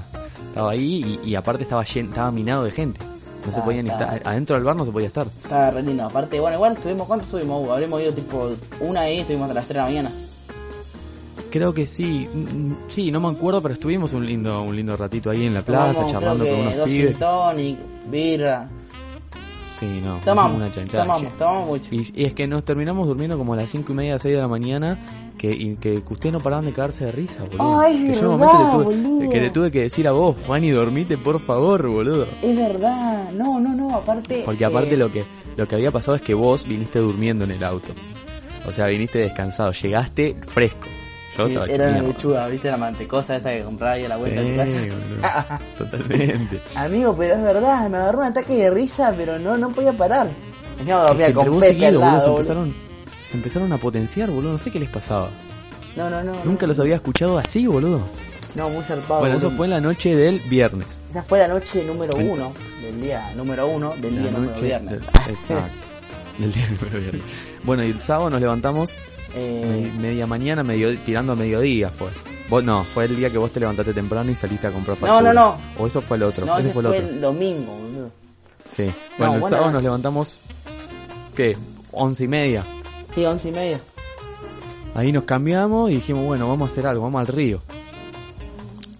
Speaker 4: estaba ahí y, y aparte estaba llen- estaba minado de gente. No se
Speaker 3: Ah,
Speaker 4: podía ni
Speaker 3: está.
Speaker 4: estar, adentro del bar no se podía estar.
Speaker 3: Estaba re lindo. Aparte, bueno, igual estuvimos, ¿cuánto estuvimos? Hugo? Habremos ido tipo una ahí, estuvimos hasta las 3 de la mañana.
Speaker 4: Creo que sí, mm, mm, sí, no me acuerdo, pero estuvimos un lindo, un lindo ratito ahí en la plaza,
Speaker 3: Tomamos,
Speaker 4: charlando
Speaker 3: creo
Speaker 4: con
Speaker 3: que
Speaker 4: unos
Speaker 3: dos gin
Speaker 4: pibes.
Speaker 3: tonic, birra.
Speaker 4: Sí, no,
Speaker 3: Tomamos,
Speaker 4: una chanchada.
Speaker 3: tomamos, tomamos mucho.
Speaker 4: Y, y es que nos terminamos durmiendo como a las cinco y media, 6 de la mañana, que, y que ustedes no paraban de cagarse de risa, boludo.
Speaker 3: Ay,
Speaker 4: que
Speaker 3: es
Speaker 4: yo en un
Speaker 3: verdad,
Speaker 4: momento le tuve,
Speaker 3: boludo.
Speaker 4: que le tuve que decir a vos, Juan, y dormite, por favor, boludo.
Speaker 3: Es verdad, no, no, no, aparte...
Speaker 4: Porque aparte
Speaker 3: eh,
Speaker 4: lo que lo que había pasado es que vos viniste durmiendo en el auto. O sea, viniste descansado, llegaste fresco. Yo
Speaker 3: sí,
Speaker 4: estaba hecho
Speaker 3: Era una
Speaker 4: mierda.
Speaker 3: lechuga, viste, la mantecosa esa que compraba ahí a la vuelta de tu
Speaker 4: Sí,
Speaker 3: casa.
Speaker 4: boludo. Totalmente.
Speaker 3: Amigo, pero es verdad, me agarró un ataque de risa, pero no, no podía parar. Encima dormía
Speaker 4: Es que entre
Speaker 3: con
Speaker 4: vos
Speaker 3: Pepe
Speaker 4: seguido,
Speaker 3: al
Speaker 4: boludo,
Speaker 3: lado,
Speaker 4: se
Speaker 3: boludo.
Speaker 4: empezaron, se empezaron a potenciar, boludo. No sé qué les pasaba.
Speaker 3: No, no, no.
Speaker 4: Nunca los había escuchado así, boludo.
Speaker 3: No, muy zarpado.
Speaker 4: Bueno, eso
Speaker 3: Ah, boludo.
Speaker 4: fue en la noche del viernes.
Speaker 3: Esa fue la noche número uno, del día número uno, del día
Speaker 4: la
Speaker 3: número
Speaker 4: noche
Speaker 3: viernes.
Speaker 4: del- exacto. Del día número viernes. Bueno, y el sábado nos levantamos
Speaker 3: Eh,
Speaker 4: me- media mañana, medio, tirando a mediodía fue. Vos, no, fue el día que vos te levantaste temprano y saliste a comprar
Speaker 3: no,
Speaker 4: factura.
Speaker 3: no.
Speaker 4: O eso fue el otro.
Speaker 3: no,
Speaker 4: ese
Speaker 3: ese
Speaker 4: fue el otro.
Speaker 3: el domingo, boludo.
Speaker 4: Sí. Bueno, el
Speaker 3: bueno,
Speaker 4: sábado
Speaker 3: no.
Speaker 4: nos levantamos, ¿qué? Once y media.
Speaker 3: Sí, once y media.
Speaker 4: Ahí nos cambiamos y dijimos, bueno, vamos a hacer algo, vamos al río.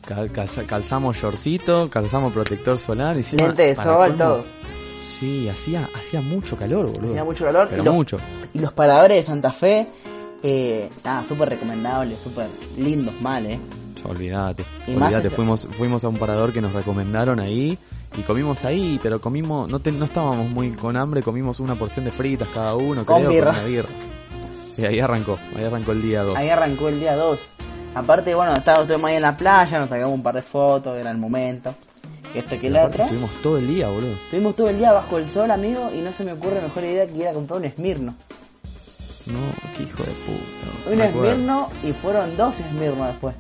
Speaker 4: Cal- calza- calzamos shortcito, calzamos protector solar. Y
Speaker 3: Lente de sol, todo.
Speaker 4: Sí, hacía, hacía mucho calor, boludo.
Speaker 3: Hacía mucho calor.
Speaker 4: Pero
Speaker 3: y los-
Speaker 4: mucho.
Speaker 3: Y los paradores de Santa Fe, eh, nada, súper recomendables, súper lindos, mal, eh.
Speaker 4: Olvídate,
Speaker 3: Y más
Speaker 4: olvídate,
Speaker 3: ese-
Speaker 4: fuimos, fuimos a un parador que nos recomendaron ahí y comimos ahí, pero comimos, no, te- no estábamos muy con hambre, comimos una porción de fritas cada uno,
Speaker 3: Con
Speaker 4: creo,
Speaker 3: birra.
Speaker 4: una birra. Y ahí arrancó, ahí arrancó el día 2.
Speaker 3: Ahí arrancó el día 2. Aparte, bueno, estábamos todos ahí en la playa, nos sacamos un par de fotos, era el momento. Que esto que la otra.
Speaker 4: Estuvimos todo el día, boludo.
Speaker 3: Estuvimos todo el día bajo el sol, amigo, y no se me ocurre mejor idea que ir a comprar un esmirno.
Speaker 4: No, qué hijo de puta.
Speaker 3: Un
Speaker 4: Me acuerdo.
Speaker 3: esmirno y fueron dos esmirnos después.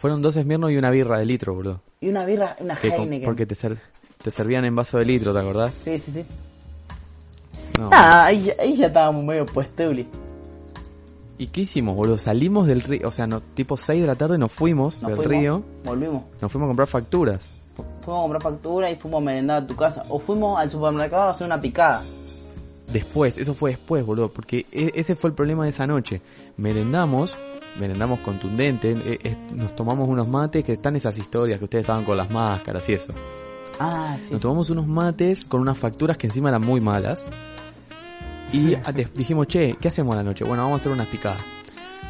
Speaker 4: Fueron dos esmirnos y una birra de litro, boludo.
Speaker 3: Y una birra, una
Speaker 4: Que con-
Speaker 3: Heineken.
Speaker 4: porque te, ser- te servían en vaso de litro, ¿te acordás?
Speaker 3: Sí, sí, sí.
Speaker 4: No.
Speaker 3: Ah, ahí, ya- ahí ya estábamos medio puestuli.
Speaker 4: ¿Y qué hicimos, boludo? Salimos del río, o sea, no, tipo 6 de la tarde nos fuimos
Speaker 3: Nos
Speaker 4: del
Speaker 3: fuimos,
Speaker 4: río,
Speaker 3: volvimos.
Speaker 4: nos fuimos a comprar facturas.
Speaker 3: Fuimos a comprar factura y fuimos a merendar a tu casa. O fuimos al supermercado a hacer una picada.
Speaker 4: Después, eso fue después, boludo, porque e- ese fue el problema de esa noche. Merendamos, merendamos contundente, e- es- nos tomamos unos mates, que están esas historias que ustedes estaban con las máscaras y eso.
Speaker 3: Ah, sí.
Speaker 4: Nos tomamos unos mates con unas facturas que encima eran muy malas. Y a- des- dijimos, che, ¿qué hacemos a la noche? Bueno, vamos a hacer unas picadas.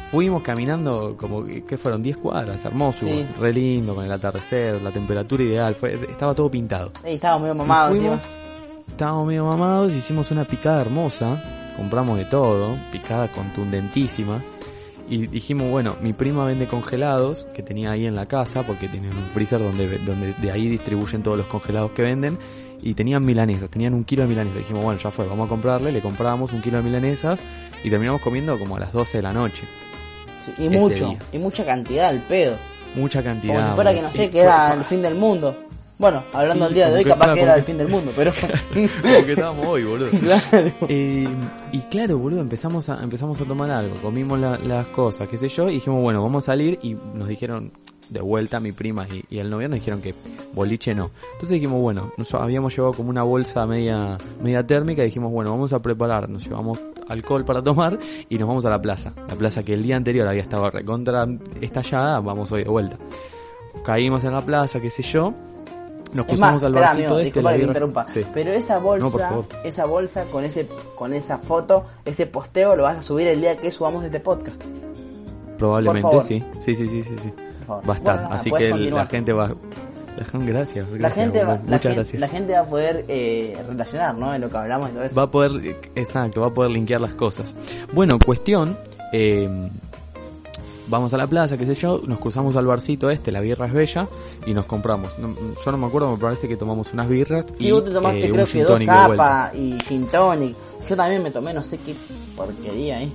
Speaker 4: Fuimos caminando como, que que fueron? 10 cuadras, hermoso,
Speaker 3: Sí.
Speaker 4: igual, re lindo, con el atardecer, la temperatura ideal, fue, estaba todo pintado.
Speaker 3: Ey, estábamos medio mamados,
Speaker 4: Nos fuimos,
Speaker 3: encima.
Speaker 4: estábamos medio mamados, hicimos una picada hermosa, compramos de todo, picada contundentísima. Y dijimos, bueno, mi prima vende congelados que tenía ahí en la casa, porque tienen un freezer donde, ve- donde de ahí distribuyen todos los congelados que venden. Y tenían milanesas, tenían un kilo de milanesas. Dijimos, bueno, ya fue, vamos a comprarle, le comprábamos un kilo de milanesas y terminamos comiendo como a las 12 de la noche.
Speaker 3: Sí, y
Speaker 4: ese
Speaker 3: mucho,
Speaker 4: día.
Speaker 3: y mucha cantidad al pedo.
Speaker 4: mucha cantidad.
Speaker 3: Como si fuera que no
Speaker 4: boludo.
Speaker 3: sé,
Speaker 4: Y
Speaker 3: que
Speaker 4: fue-
Speaker 3: era el fin del mundo. Bueno, hablando del
Speaker 4: Sí,
Speaker 3: día de
Speaker 4: como
Speaker 3: hoy,
Speaker 4: que-
Speaker 3: capaz
Speaker 4: claro,
Speaker 3: que
Speaker 4: como
Speaker 3: era
Speaker 4: que-
Speaker 3: el fin del mundo, pero.
Speaker 4: Como que estábamos hoy, boludo.
Speaker 3: Claro.
Speaker 4: Eh, y claro, boludo, empezamos a, empezamos a tomar algo, comimos la- las cosas, qué sé yo, y dijimos, bueno, vamos a salir y nos dijeron de vuelta mi prima y, y el novio nos dijeron que boliche no. Entonces dijimos, bueno, nos habíamos llevado como una bolsa media, media térmica y dijimos, bueno, vamos a preparar, nos llevamos alcohol para tomar y nos vamos a la plaza. La plaza que el día anterior había estado recontra estallada, vamos hoy de vuelta. Caímos en la plaza, qué sé yo. Nos
Speaker 3: Es
Speaker 4: pusimos
Speaker 3: más,
Speaker 4: al
Speaker 3: espera,
Speaker 4: barcito
Speaker 3: amigo,
Speaker 4: este.
Speaker 3: disculpa
Speaker 4: la
Speaker 3: que te
Speaker 4: birra-
Speaker 3: interrumpa.
Speaker 4: Sí.
Speaker 3: Pero esa
Speaker 4: No, por
Speaker 3: bolsa,
Speaker 4: favor.
Speaker 3: esa bolsa con ese, con esa foto, ese posteo lo vas a subir el día que subamos este podcast.
Speaker 4: Probablemente
Speaker 3: Por favor.
Speaker 4: sí. Sí, sí, sí, sí, sí.
Speaker 3: favor.
Speaker 4: Va a estar.
Speaker 3: Bueno, nada,
Speaker 4: Así
Speaker 3: puedes
Speaker 4: que el-
Speaker 3: continuar.
Speaker 4: la gente va. La gente, gracias.
Speaker 3: La
Speaker 4: gracias,
Speaker 3: gente, va,
Speaker 4: boludo.
Speaker 3: la,
Speaker 4: Muchas
Speaker 3: gen-
Speaker 4: gracias.
Speaker 3: la gente va a poder eh, relacionar, ¿no? En lo que hablamos y todo eso.
Speaker 4: Va a poder. Exacto, va a poder linkear las cosas. Bueno, cuestión. eh, vamos a la plaza, qué sé yo. Nos cruzamos al barcito este, la birra es bella. Y nos compramos. No, yo no me acuerdo, me parece que tomamos unas birras.
Speaker 3: Sí,
Speaker 4: y,
Speaker 3: vos te tomaste
Speaker 4: eh, un
Speaker 3: creo
Speaker 4: gin
Speaker 3: que dos
Speaker 4: tonic de vuelta.
Speaker 3: zapas y gin tonic. Yo también me tomé no sé qué porquería, ¿eh?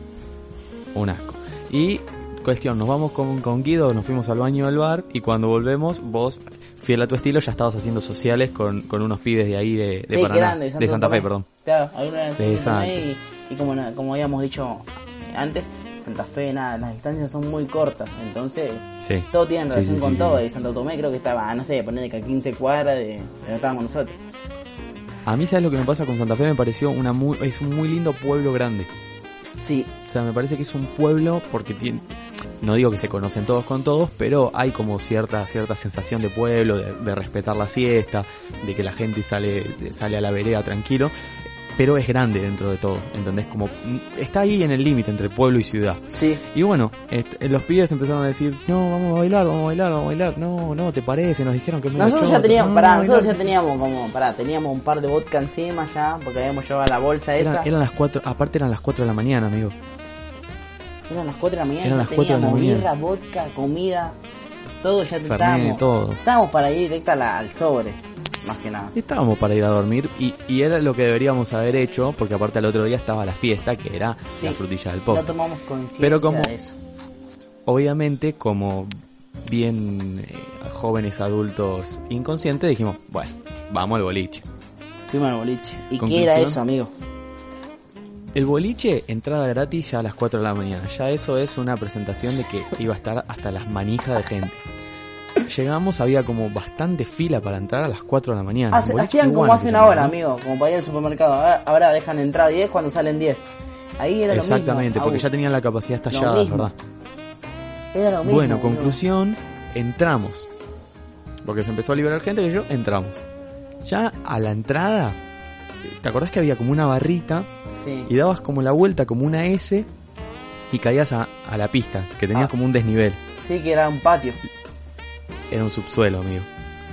Speaker 4: un asco. Y cuestión, nos vamos con, con Guido, nos fuimos al baño del bar y cuando volvemos vos, fiel a tu estilo, ya estabas haciendo sociales con, con unos pibes de ahí de, de
Speaker 3: sí,
Speaker 4: Paraná,
Speaker 3: grande,
Speaker 4: de Santa Fe,
Speaker 3: Tomé.
Speaker 4: perdón.
Speaker 3: Claro, ahí una vez
Speaker 4: De
Speaker 3: me
Speaker 4: Santa.
Speaker 3: tomé y, y como, na- como habíamos dicho antes, Santa Fe, nada, las distancias son muy cortas, entonces
Speaker 4: Sí.
Speaker 3: todo tiene
Speaker 4: Sí,
Speaker 3: relación
Speaker 4: sí,
Speaker 3: con
Speaker 4: sí,
Speaker 3: todo.
Speaker 4: sí.
Speaker 3: Y Santo Tomé creo que estaba, no sé, ponerle que a 15 cuadras de, de donde estábamos nosotros.
Speaker 4: A mí sabes lo que me pasa con Santa Fe, me pareció una muy, es un muy lindo pueblo grande.
Speaker 3: Sí,
Speaker 4: O sea, me parece que es un pueblo porque tiene, no digo que se conocen todos con todos, pero hay como cierta, cierta sensación de pueblo, de, de respetar la siesta, de que la gente sale, sale a la vereda tranquilo, pero es grande dentro de todo, ¿entendés? Como, mm, está ahí en el límite entre pueblo y ciudad.
Speaker 3: sí.
Speaker 4: Y bueno, este, los pibes empezaron a decir, no, vamos a bailar, vamos a bailar, vamos a bailar, no, no, te parece, nos dijeron que es medio
Speaker 3: Nosotros ya
Speaker 4: choto,
Speaker 3: teníamos,
Speaker 4: no,
Speaker 3: pará,
Speaker 4: bailar,
Speaker 3: nosotros ya
Speaker 4: que sí".
Speaker 3: teníamos como, pará, teníamos un par de vodka encima ya, porque habíamos llevado la bolsa
Speaker 4: Eran,
Speaker 3: esa.
Speaker 4: eran las cuatro, aparte eran las cuatro de la mañana, amigo.
Speaker 3: Eran las 4 de la mañana,
Speaker 4: Eran
Speaker 3: ya
Speaker 4: las cuatro de la
Speaker 3: teníamos
Speaker 4: mañana.
Speaker 3: birra, vodka, comida, todo ya
Speaker 4: Fernet,
Speaker 3: estábamos.
Speaker 4: todo.
Speaker 3: Estábamos para ir directa a la- al sobre, más que nada.
Speaker 4: Y Estábamos para ir a dormir y, y era lo que deberíamos haber hecho, porque aparte al otro día estaba la fiesta, que era
Speaker 3: Sí.
Speaker 4: la frutilla del
Speaker 3: No
Speaker 4: postre.
Speaker 3: tomamos conciencia
Speaker 4: Pero como-
Speaker 3: de eso.
Speaker 4: Obviamente, como bien eh, jóvenes adultos inconscientes, dijimos, bueno, vamos al boliche.
Speaker 3: Fuimos al boliche. ¿Y qué
Speaker 4: Conclusión.
Speaker 3: era eso, amigo?
Speaker 4: El boliche, entrada gratis ya a las 4 de la mañana. Ya eso es una presentación de que iba a estar hasta las manijas de gente. Llegamos, había como bastante fila para entrar a las 4 de la mañana.
Speaker 3: Hace-
Speaker 4: Un boliche
Speaker 3: hacían como
Speaker 4: cubano se
Speaker 3: hacen
Speaker 4: llamaba,
Speaker 3: ahora,
Speaker 4: ¿no?
Speaker 3: amigo, como para ir al supermercado. Ahora, ahora dejan entrar 10 cuando salen 10. Ahí era
Speaker 4: Exactamente,
Speaker 3: lo mismo.
Speaker 4: porque ya
Speaker 3: Au,
Speaker 4: tenían la capacidad estallada,
Speaker 3: mismo.
Speaker 4: ¿verdad?
Speaker 3: Era lo mismo.
Speaker 4: Bueno,
Speaker 3: amigo.
Speaker 4: conclusión, entramos. Porque se empezó a liberar gente que yo, entramos. Ya a la entrada, ¿te acordás que había como una barrita
Speaker 3: Sí.
Speaker 4: y dabas como la vuelta, como una S y caías a, a la pista, que tenías
Speaker 3: Ah.
Speaker 4: como un desnivel?
Speaker 3: sí, que era un patio.
Speaker 4: Era un subsuelo, amigo.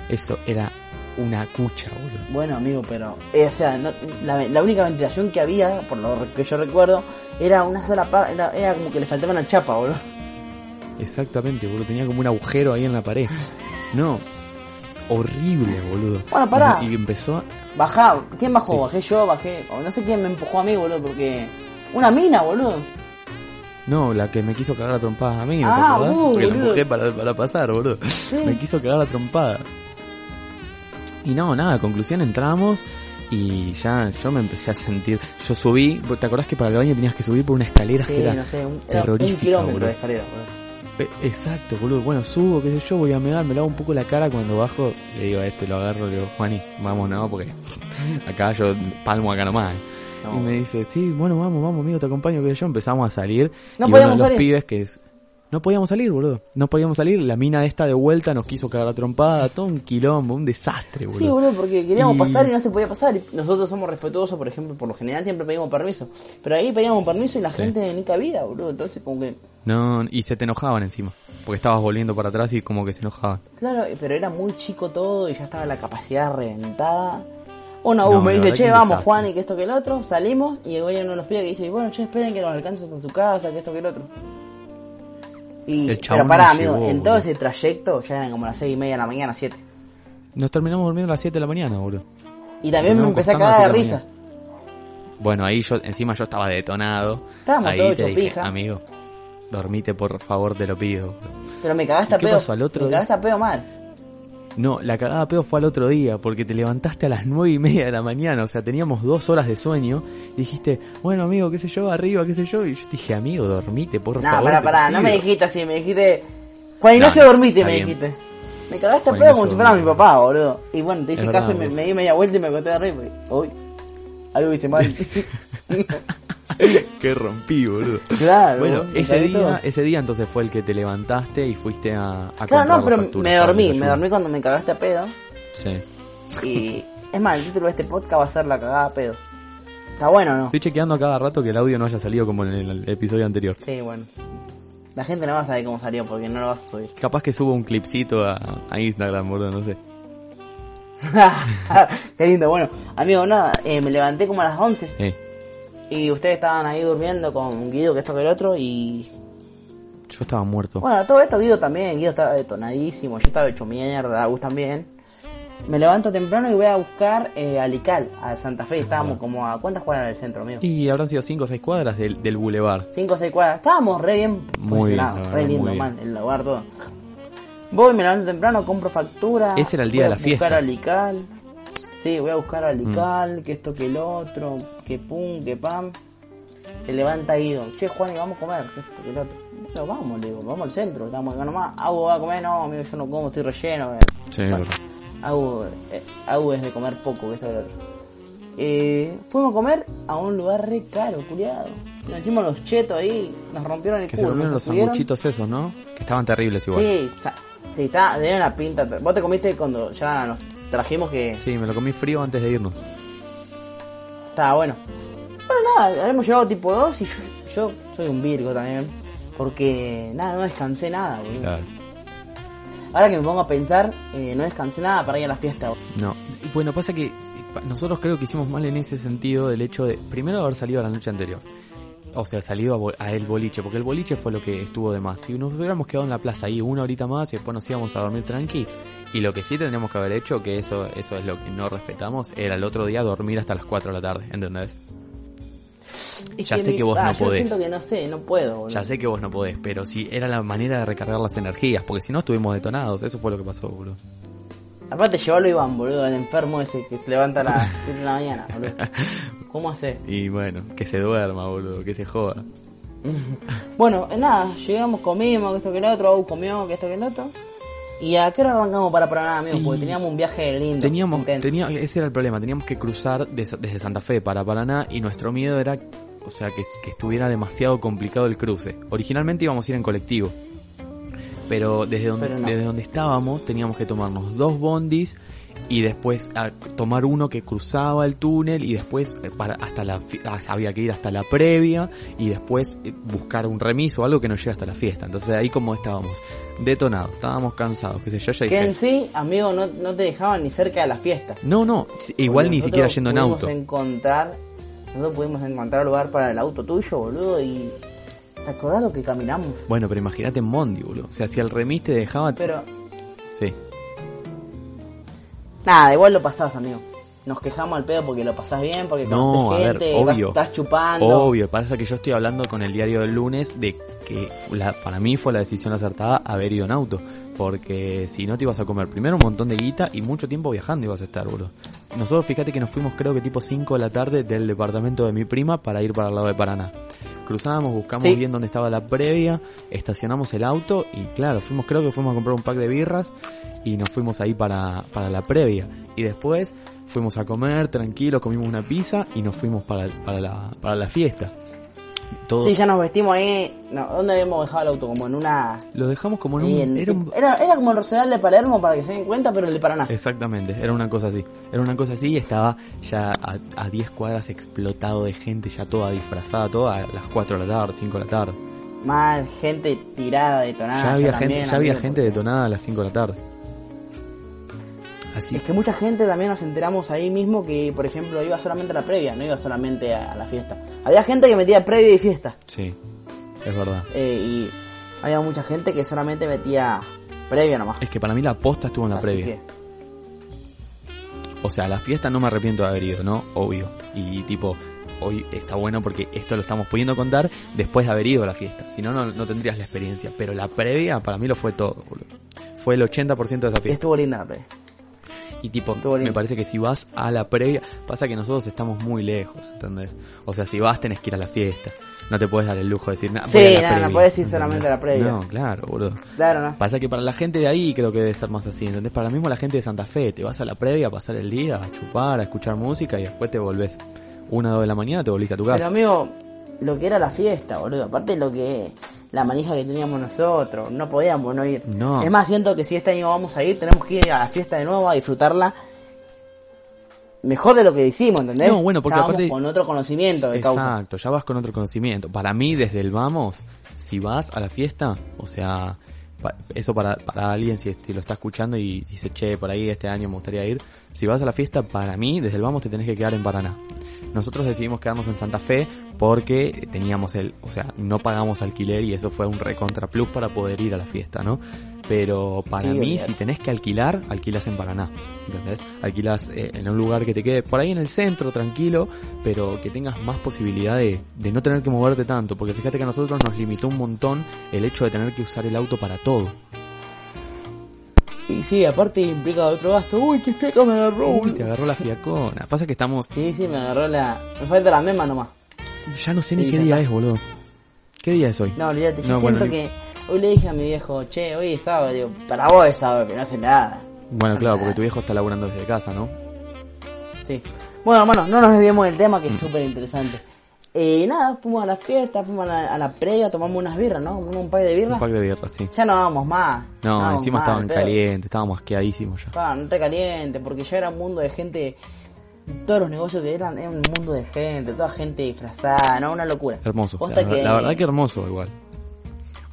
Speaker 4: Eso era una cucha, boludo.
Speaker 3: Bueno, amigo, pero. eh, o sea, no- la, la única ventilación que había, por lo que yo recuerdo, era una sola parte. Era, era como que le faltaba una chapa, boludo.
Speaker 4: Exactamente, boludo. Tenía como un agujero ahí en la pared. No. Horrible, boludo.
Speaker 3: Bueno, pará.
Speaker 4: Y, y empezó...
Speaker 3: Bajá, ¿quién bajó?
Speaker 4: Sí.
Speaker 3: Bajé yo, bajé. o no sé quién me empujó a mí, boludo, porque. Una mina, boludo.
Speaker 4: No, la que me quiso cagar a trompadas a mí, ¿te
Speaker 3: Ah,
Speaker 4: acordás?
Speaker 3: vos,
Speaker 4: Porque la
Speaker 3: boludo.
Speaker 4: empujé para, para pasar, boludo. Me quiso cagar a trompada. Y no, nada, conclusión, entramos y ya yo me empecé a sentir... Yo subí, ¿te acordás que para el baño tenías que subir por una escalera
Speaker 3: Sí,
Speaker 4: que era
Speaker 3: no sé, un, era un
Speaker 4: terrorífica,
Speaker 3: kilómetro
Speaker 4: boludo?
Speaker 3: de escalera, boludo.
Speaker 4: Eh, Exacto, boludo. Bueno, subo, qué sé yo, voy a mear, me lavo un poco la cara cuando bajo, le digo a este, lo agarro, le digo, Juani, vamos, no, porque acá yo palmo acá nomás. eh".
Speaker 3: No.
Speaker 4: Y me dice, sí, bueno, vamos, vamos, amigo, te acompaño, qué sé yo, empezamos a salir.
Speaker 3: No
Speaker 4: y
Speaker 3: podíamos
Speaker 4: uno de los
Speaker 3: salir.
Speaker 4: pibes que es... No podíamos salir, boludo. No podíamos salir. La mina esta de vuelta nos quiso cagar a trompada. Todo un quilombo, un desastre, boludo.
Speaker 3: Sí, boludo, porque queríamos
Speaker 4: Y-
Speaker 3: pasar y no se podía pasar. Y nosotros somos respetuosos, por ejemplo, por lo general siempre pedimos permiso. Pero ahí pedíamos permiso y la gente ni cabida, boludo. Entonces, como que.
Speaker 4: No, y se te enojaban encima. Porque estabas volviendo para atrás y como que se enojaban.
Speaker 3: Claro, pero era muy chico todo y ya estaba la capacidad reventada. Una U
Speaker 4: No,
Speaker 3: me
Speaker 4: la
Speaker 3: dice,
Speaker 4: verdad que
Speaker 3: che,
Speaker 4: un
Speaker 3: vamos
Speaker 4: desastre.
Speaker 3: Juan y que esto que el otro. Salimos y el güey no nos pide que dice, bueno, che, esperen que nos alcances hasta tu casa, que esto que el otro. Y,
Speaker 4: El chabón
Speaker 3: pero pará,
Speaker 4: nos
Speaker 3: amigo,
Speaker 4: llevó,
Speaker 3: en todo
Speaker 4: boludo.
Speaker 3: ese trayecto ya eran como las seis y media de la mañana, siete.
Speaker 4: Nos terminamos durmiendo a las 7 de la mañana, boludo.
Speaker 3: Y también me
Speaker 4: Terminamos
Speaker 3: empecé a
Speaker 4: acostando a
Speaker 3: cagar de
Speaker 4: las siete de la
Speaker 3: risa.
Speaker 4: mañana. Bueno, ahí yo, encima yo estaba detonado.
Speaker 3: Estábamos
Speaker 4: ahí
Speaker 3: todos
Speaker 4: te
Speaker 3: hechos
Speaker 4: dije,
Speaker 3: pija.
Speaker 4: amigo, dormite por favor, te lo pido.
Speaker 3: Pero me cagaste a
Speaker 4: ¿Qué
Speaker 3: pedo.
Speaker 4: pasó al otro
Speaker 3: me
Speaker 4: día?
Speaker 3: cagaste a pedo mal.
Speaker 4: No, la cagada pedo fue al otro día, porque te levantaste a las nueve y media de la mañana, o sea, teníamos dos horas de sueño, y dijiste, bueno amigo, qué sé yo, arriba, qué sé yo, y yo te dije, amigo, dormite, por
Speaker 3: No,
Speaker 4: favor.
Speaker 3: pará,
Speaker 4: te
Speaker 3: pará, no
Speaker 4: pido".
Speaker 3: me dijiste así, me dijiste. Juan Ignacio
Speaker 4: No,
Speaker 3: dormiste,
Speaker 4: está
Speaker 3: me
Speaker 4: bien.
Speaker 3: dijiste. Me cagaste a
Speaker 4: Juan
Speaker 3: pedo
Speaker 4: Ignacio
Speaker 3: como si fuera mi
Speaker 4: dormite.
Speaker 3: papá, boludo. Y bueno, te hice
Speaker 4: Es
Speaker 3: caso y me,
Speaker 4: verdad,
Speaker 3: me di media vuelta y me acosté de arriba. y, Uy, algo hice mal.
Speaker 4: que rompí, boludo.
Speaker 3: Claro,
Speaker 4: Bueno,
Speaker 3: me
Speaker 4: ese
Speaker 3: cagué todo.
Speaker 4: día, ese día entonces fue el que te levantaste y fuiste a, a
Speaker 3: claro,
Speaker 4: comprar
Speaker 3: no,
Speaker 4: las
Speaker 3: pero
Speaker 4: facturas
Speaker 3: me
Speaker 4: para el
Speaker 3: dormí, me
Speaker 4: desayuno.
Speaker 3: dormí cuando me cagaste a pedo.
Speaker 4: Sí.
Speaker 3: Y es más, el título de este podcast va a ser La cagada a pedo. Está bueno, o ¿no?
Speaker 4: Estoy chequeando a cada rato que el audio no haya salido como en el episodio anterior.
Speaker 3: Sí, bueno. La gente no va a saber cómo salió porque no lo vas a subir.
Speaker 4: Capaz que subo un clipcito a, a Instagram, boludo, no sé.
Speaker 3: Qué lindo, bueno. Amigo, nada, eh, me levanté como a las 11
Speaker 4: Eh,
Speaker 3: y ustedes estaban ahí durmiendo con Guido, que esto que el otro, y...
Speaker 4: yo estaba muerto.
Speaker 3: Bueno, todo esto Guido también, Guido estaba detonadísimo, yo estaba hecho mierda, Agus también. Me levanto temprano y voy a buscar eh, a Lical, a Santa Fe, estábamos como a... ¿Cuántas cuadras del centro, amigo?
Speaker 4: Y habrán sido 5 o 6 cuadras del, del bulevar.
Speaker 3: 5 o 6 cuadras. Estábamos re bien
Speaker 4: Muy
Speaker 3: posicionados,
Speaker 4: bien, la
Speaker 3: re
Speaker 4: verdad,
Speaker 3: lindo,
Speaker 4: muy bien.
Speaker 3: man, el lugar todo. Voy, me levanto temprano, compro factura.
Speaker 4: Ese era el día
Speaker 3: voy
Speaker 4: de Mm. la fiesta.
Speaker 3: a buscar a Lical. Sí, voy a buscar a Lical, que esto, que el otro, que pum, que pam. Se levanta Guido. Che, Juan, y vamos a comer, que esto, que el otro. Bueno, vamos, le digo, vamos al centro. Estamos acá nomás. Agu va a comer, no, amigo, yo no como, estoy relleno. eh.
Speaker 4: Sí,
Speaker 3: Bueno,
Speaker 4: verdad.
Speaker 3: Agu, eh, Agu es de comer poco, que esto, que el otro. Eh, fuimos a comer a un lugar re caro, curiado. Nos hicimos los chetos ahí, nos rompieron el
Speaker 4: Que se
Speaker 3: culo.
Speaker 4: volvieron
Speaker 3: nos
Speaker 4: los
Speaker 3: subieron.
Speaker 4: sanguchitos esos, ¿no? Que estaban terribles igual.
Speaker 3: Sí, sa- sí, está, tenía una pinta. ter- Vos te comiste cuando ya nos trajimos que
Speaker 4: Sí, me lo comí frío antes de irnos.
Speaker 3: estaba bueno. Bueno, nada, hemos llegado tipo 2 y yo, yo soy un Virgo también. Porque nada, no descansé nada, boludo.
Speaker 4: Claro.
Speaker 3: Ahora que me pongo a pensar, eh, no descansé nada para ir a la fiesta.
Speaker 4: No. Y Bueno, pasa que pa- nosotros creo que hicimos mal en ese sentido del hecho de, primero, haber salido a la noche anterior. O sea, salido a, bo- a el boliche, porque el boliche fue lo que estuvo de más. Si nos hubiéramos quedado en la plaza ahí una horita más y después nos íbamos a dormir tranqui, y lo que sí tendríamos que haber hecho, que eso, eso es lo que no respetamos, era el otro día dormir hasta las 4 de la tarde, ¿entendés?
Speaker 3: Es
Speaker 4: Ya sé
Speaker 3: mi-
Speaker 4: que vos
Speaker 3: ah,
Speaker 4: no
Speaker 3: yo
Speaker 4: podés.
Speaker 3: siento que no sé, no puedo, boludo.
Speaker 4: Ya sé que vos no podés, pero si era la manera de recargar las energías, porque si no estuvimos detonados, eso fue lo que pasó, boludo.
Speaker 3: Aparte llevarlo Iván, boludo, el enfermo ese que se levanta a las 7 de la mañana, boludo. ¿Cómo hace?
Speaker 4: Y bueno, que se duerma, boludo, que se joda.
Speaker 3: Bueno, eh, nada, llegamos, comimos, que esto que el otro, Au comió, que esto que el otro. ¿Y a qué hora arrancamos para Paraná, amigos? Porque teníamos un viaje lindo.
Speaker 4: Teníamos,
Speaker 3: intenso.
Speaker 4: tenía, ese era el problema, teníamos que cruzar des- desde Santa Fe para Paraná y nuestro miedo era, o sea, que, que estuviera demasiado complicado el cruce. Originalmente íbamos a ir en colectivo, pero desde donde,
Speaker 3: Pero no.
Speaker 4: desde donde estábamos teníamos que tomarnos dos bondis y después a- tomar uno que cruzaba el túnel y después eh, para, hasta la, fi- ah, había que ir hasta la previa y después eh, buscar un remiso o algo que nos llegue hasta la fiesta. Entonces ahí como estábamos, detonados, estábamos cansados, qué sé yo, ya
Speaker 3: Que
Speaker 4: dije,
Speaker 3: en sí, amigo, no, no te dejaban ni cerca de la fiesta.
Speaker 4: no, no, si- igual
Speaker 3: Porque
Speaker 4: ni siquiera yendo en
Speaker 3: nosotros
Speaker 4: auto.
Speaker 3: pudimos encontrar, nosotros pudimos encontrar lugar para el auto tuyo, boludo, y... ¿Te acordás lo que caminamos?
Speaker 4: Bueno, pero imagínate en Mondi, boludo. O sea, si al remis te dejaba.
Speaker 3: Pero
Speaker 4: Sí.
Speaker 3: Nada, igual lo pasás, amigo. Nos quejamos al pedo porque lo pasás bien, porque
Speaker 4: No, a
Speaker 3: conoces
Speaker 4: ver,
Speaker 3: gente, vas-
Speaker 4: obvio.
Speaker 3: estás chupando.
Speaker 4: Obvio, pasa que yo estoy hablando con el diario del lunes de que fu- la- para mí fue la decisión acertada haber ido en auto. Porque si no te ibas a comer primero un montón de guita y mucho tiempo viajando ibas a estar, boludo. Nosotros fíjate que nos fuimos creo que tipo 5 de la tarde del departamento de mi prima para ir para el lado de Paraná. Cruzamos, buscamos
Speaker 3: Sí.
Speaker 4: bien dónde estaba la previa, estacionamos el auto y claro, fuimos, creo que fuimos a comprar un pack de birras y nos fuimos ahí para, para la previa. Y después fuimos a comer, tranquilos, comimos una pizza y nos fuimos para, para, la, para la fiesta. Todo,
Speaker 3: Sí, ya nos vestimos ahí. No, ¿Dónde habíamos dejado el auto? Como en una...
Speaker 4: Lo dejamos como en un...
Speaker 3: ahí en-
Speaker 4: era un-
Speaker 3: era, era como el Rosedal de Palermo, para que se den cuenta, pero el de Paraná.
Speaker 4: Exactamente, era una cosa así. Era una cosa así y estaba ya a a 10 cuadras explotado de gente, ya toda disfrazada, toda a las 4 de la tarde, 5 de la tarde.
Speaker 3: Más gente tirada, detonada.
Speaker 4: ya
Speaker 3: yo
Speaker 4: había
Speaker 3: también,
Speaker 4: gente, ya había
Speaker 3: amigo,
Speaker 4: gente detonada a las 5 de la tarde. Este- Así
Speaker 3: Es que mucha gente también nos enteramos ahí mismo que, por ejemplo, iba solamente a la previa, no iba solamente a, a la fiesta. Había gente que metía previa y fiesta.
Speaker 4: Sí, es verdad.
Speaker 3: eh, y había mucha gente que solamente metía previa nomás.
Speaker 4: Es que para mí la posta estuvo en la
Speaker 3: Así
Speaker 4: previa.
Speaker 3: que-
Speaker 4: O sea, a la fiesta no me arrepiento de haber ido, ¿no? Obvio. Y tipo, hoy está bueno porque esto lo estamos pudiendo contar después de haber ido a la fiesta. Si no, no, no tendrías la experiencia. Pero la previa para mí lo fue todo, boludo. Fue el 80% de esa fiesta.
Speaker 3: Estuvo linda la previa.
Speaker 4: Y tipo,
Speaker 3: estuvo lindo.
Speaker 4: me parece que si vas a la previa, pasa que nosotros estamos muy lejos, ¿entendés? O sea, si vas tenés que ir a la fiesta. No te puedes dar el lujo de decir nada.
Speaker 3: Sí, no, no podés ir solamente a la previa.
Speaker 4: No, claro, boludo.
Speaker 3: Claro, ¿no?
Speaker 4: Pasa que para la gente de ahí creo que debe ser más así, ¿entendés? Para mismo la gente de Santa Fe, te vas a la previa a pasar el día, a chupar, a escuchar música y después te volvés una o dos de la mañana, te volviste a tu
Speaker 3: Pero
Speaker 4: casa.
Speaker 3: amigo, lo que era la fiesta, boludo. Aparte lo que... La manija que teníamos nosotros. No podíamos no ir.
Speaker 4: No.
Speaker 3: Es más, siento que si este año vamos a ir, tenemos que ir a la fiesta de nuevo a disfrutarla. Mejor de lo que hicimos, ¿entendés?
Speaker 4: No, bueno, porque
Speaker 3: Estábamos
Speaker 4: aparte-
Speaker 3: con otro conocimiento de causa.
Speaker 4: Exacto, ya vas con otro conocimiento. Para mí, desde el vamos, si vas a la fiesta, o sea, pa- eso para, para alguien, si, si lo está escuchando y dice, che, por ahí este año me gustaría ir, si vas a la fiesta, para mí, desde el vamos te tenés que quedar en Paraná. Nosotros decidimos quedarnos en Santa Fe porque teníamos el, o sea, no pagamos alquiler y eso fue un recontra plus para poder ir a la fiesta, ¿no? Pero para
Speaker 3: Sí,
Speaker 4: mí,
Speaker 3: olvidate.
Speaker 4: si tenés que alquilar, alquilas en Paraná, ¿entendés? Alquilas eh, en un lugar que te quede por ahí en el centro, tranquilo, pero que tengas más posibilidad de, de no tener que moverte tanto, porque fíjate que a nosotros nos limitó un montón el hecho de tener que usar el auto para todo.
Speaker 3: Y sí, aparte implica otro gasto. Uy, qué fiaca me agarró,
Speaker 4: Uy,
Speaker 3: boludo.
Speaker 4: te agarró la fiacona. Pasa que estamos,
Speaker 3: Sí, sí, me agarró la... Me falta la mema nomás.
Speaker 4: ya no sé ni
Speaker 3: Sí,
Speaker 4: qué
Speaker 3: me
Speaker 4: día es, boludo. ¿Qué día es hoy?
Speaker 3: No, olvídate, yo
Speaker 4: No, bueno,
Speaker 3: siento
Speaker 4: ni-
Speaker 3: que... Hoy le dije a mi viejo, che, hoy es sábado. Digo, para vos es sábado, que no hace nada.
Speaker 4: Bueno, claro, porque tu viejo está laburando desde casa, ¿no?
Speaker 3: Sí. Bueno, hermano, no nos desviemos del tema que
Speaker 4: Mm.
Speaker 3: es súper interesante. Eh, nada, fuimos a la fiesta, fuimos a la, a la previa, tomamos unas birras, ¿no? Un, un pack de
Speaker 4: Un
Speaker 3: birras.
Speaker 4: pack de birra, sí.
Speaker 3: Ya no vamos más.
Speaker 4: No,
Speaker 3: dábamos
Speaker 4: encima
Speaker 3: más,
Speaker 4: estaban
Speaker 3: pero-
Speaker 4: calientes, estábamos asqueadísimos ya.
Speaker 3: Pa, no te calientes, porque ya era un mundo de gente. Todos los negocios que eran, era un mundo de gente, toda gente disfrazada, ¿no? Una locura.
Speaker 4: Hermoso.
Speaker 3: Posta
Speaker 4: La, la verdad que hermoso igual.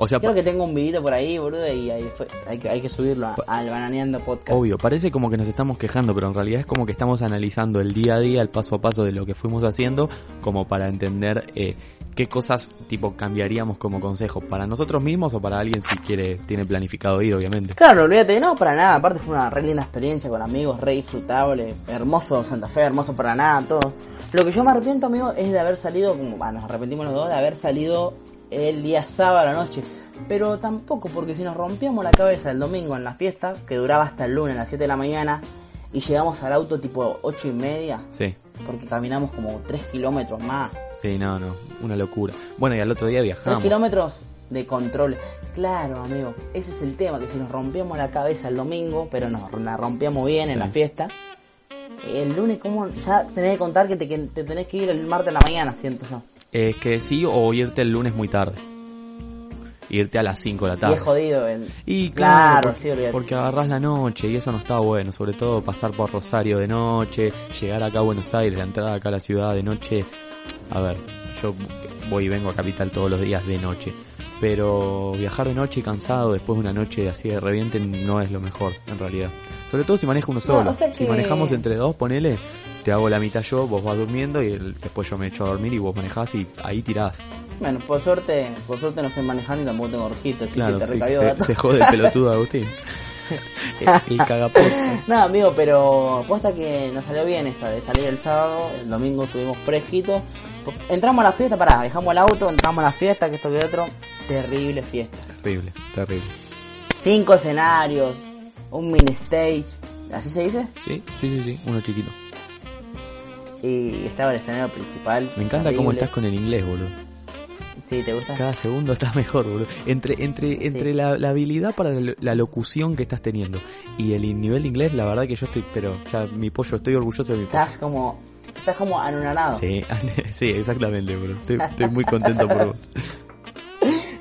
Speaker 4: O sea,
Speaker 3: Creo que tengo un videito por ahí, boludo, y ahí fue- hay, que, hay que subirlo a- al Bananeando Podcast.
Speaker 4: Obvio, parece como que nos estamos quejando, pero en realidad es como que estamos analizando el día a día, el paso a paso de lo que fuimos haciendo, como para entender eh, qué cosas tipo cambiaríamos como consejo, para nosotros mismos o para alguien si quiere, tiene planificado ir, obviamente.
Speaker 3: Claro, olvídate, no, para nada. Aparte fue una re linda experiencia con amigos, re disfrutable, hermoso Santa Fe, hermoso para nada, todo. Lo que yo me arrepiento, amigo, es de haber salido, como, ah, nos arrepentimos los dos, de haber salido el día sábado a la noche. Pero tampoco, porque si nos rompíamos la cabeza el domingo en la fiesta, que duraba hasta el lunes a las 7 de la mañana, y llegamos al auto tipo 8 y media,
Speaker 4: Sí,
Speaker 3: porque caminamos como 3 kilómetros más.
Speaker 4: sí, no, no, una locura. Bueno, y al otro día
Speaker 3: 3
Speaker 4: viajamos.
Speaker 3: kilómetros de control. Claro, amigo, ese es el tema, que si nos rompíamos la cabeza el domingo, pero nos la rompíamos bien en la fiesta, el lunes, ¿cómo? Ya tenés que contar que te, que te tenés que ir el martes a la mañana, siento yo.
Speaker 4: Es que sí, o irte el lunes muy tarde. Irte a las 5 de la
Speaker 3: Y
Speaker 4: tarde.
Speaker 3: es jodido. el-
Speaker 4: Y claro,
Speaker 3: claro
Speaker 4: por-
Speaker 3: sí, olvidate.
Speaker 4: porque agarrás la noche y eso no está bueno, sobre todo pasar por Rosario de noche, llegar acá a Buenos Aires, la entrada acá a la ciudad de noche. A ver, yo voy y vengo a Capital todos los días de noche, pero viajar de noche cansado después de una noche así de reviente no es lo mejor, en realidad. Sobre todo si maneja uno solo.
Speaker 3: o sea
Speaker 4: Si
Speaker 3: que-
Speaker 4: manejamos entre dos, ponele, te hago la mitad yo, vos vas durmiendo y el- después yo me echo a dormir y vos manejás y ahí tirás.
Speaker 3: Bueno, por suerte, por suerte no estoy manejando y tampoco tengo orjitos, así que
Speaker 4: Claro,
Speaker 3: te
Speaker 4: sí,
Speaker 3: recayó
Speaker 4: se,
Speaker 3: gato.
Speaker 4: se jode el pelotudo Agustín. el, el cagapotas.
Speaker 3: Nada, amigo, pero posta que nos salió bien esa de salir el sábado, el domingo estuvimos fresquitos. Entramos a la fiesta, pará, dejamos el auto, entramos a la fiesta, que esto que otro. Terrible fiesta.
Speaker 4: Terrible, terrible.
Speaker 3: Cinco escenarios, un mini stage, así se dice.
Speaker 4: Sí, sí, sí, sí, uno chiquito.
Speaker 3: Y estaba el escenario principal.
Speaker 4: Me encanta cómo
Speaker 3: terrible.
Speaker 4: estás con el inglés, boludo.
Speaker 3: Sí, ¿te gusta?
Speaker 4: Cada segundo estás mejor, boludo. Entre, entre, entre la, la habilidad para la, la locución que estás teniendo y el in- nivel de inglés, la verdad que yo estoy, pero ya mi pollo, estoy orgulloso de mi pollo.
Speaker 3: Estás como. Estás como anonadado.
Speaker 4: Sí, sí, exactamente, boludo. Estoy, estoy muy contento por vos.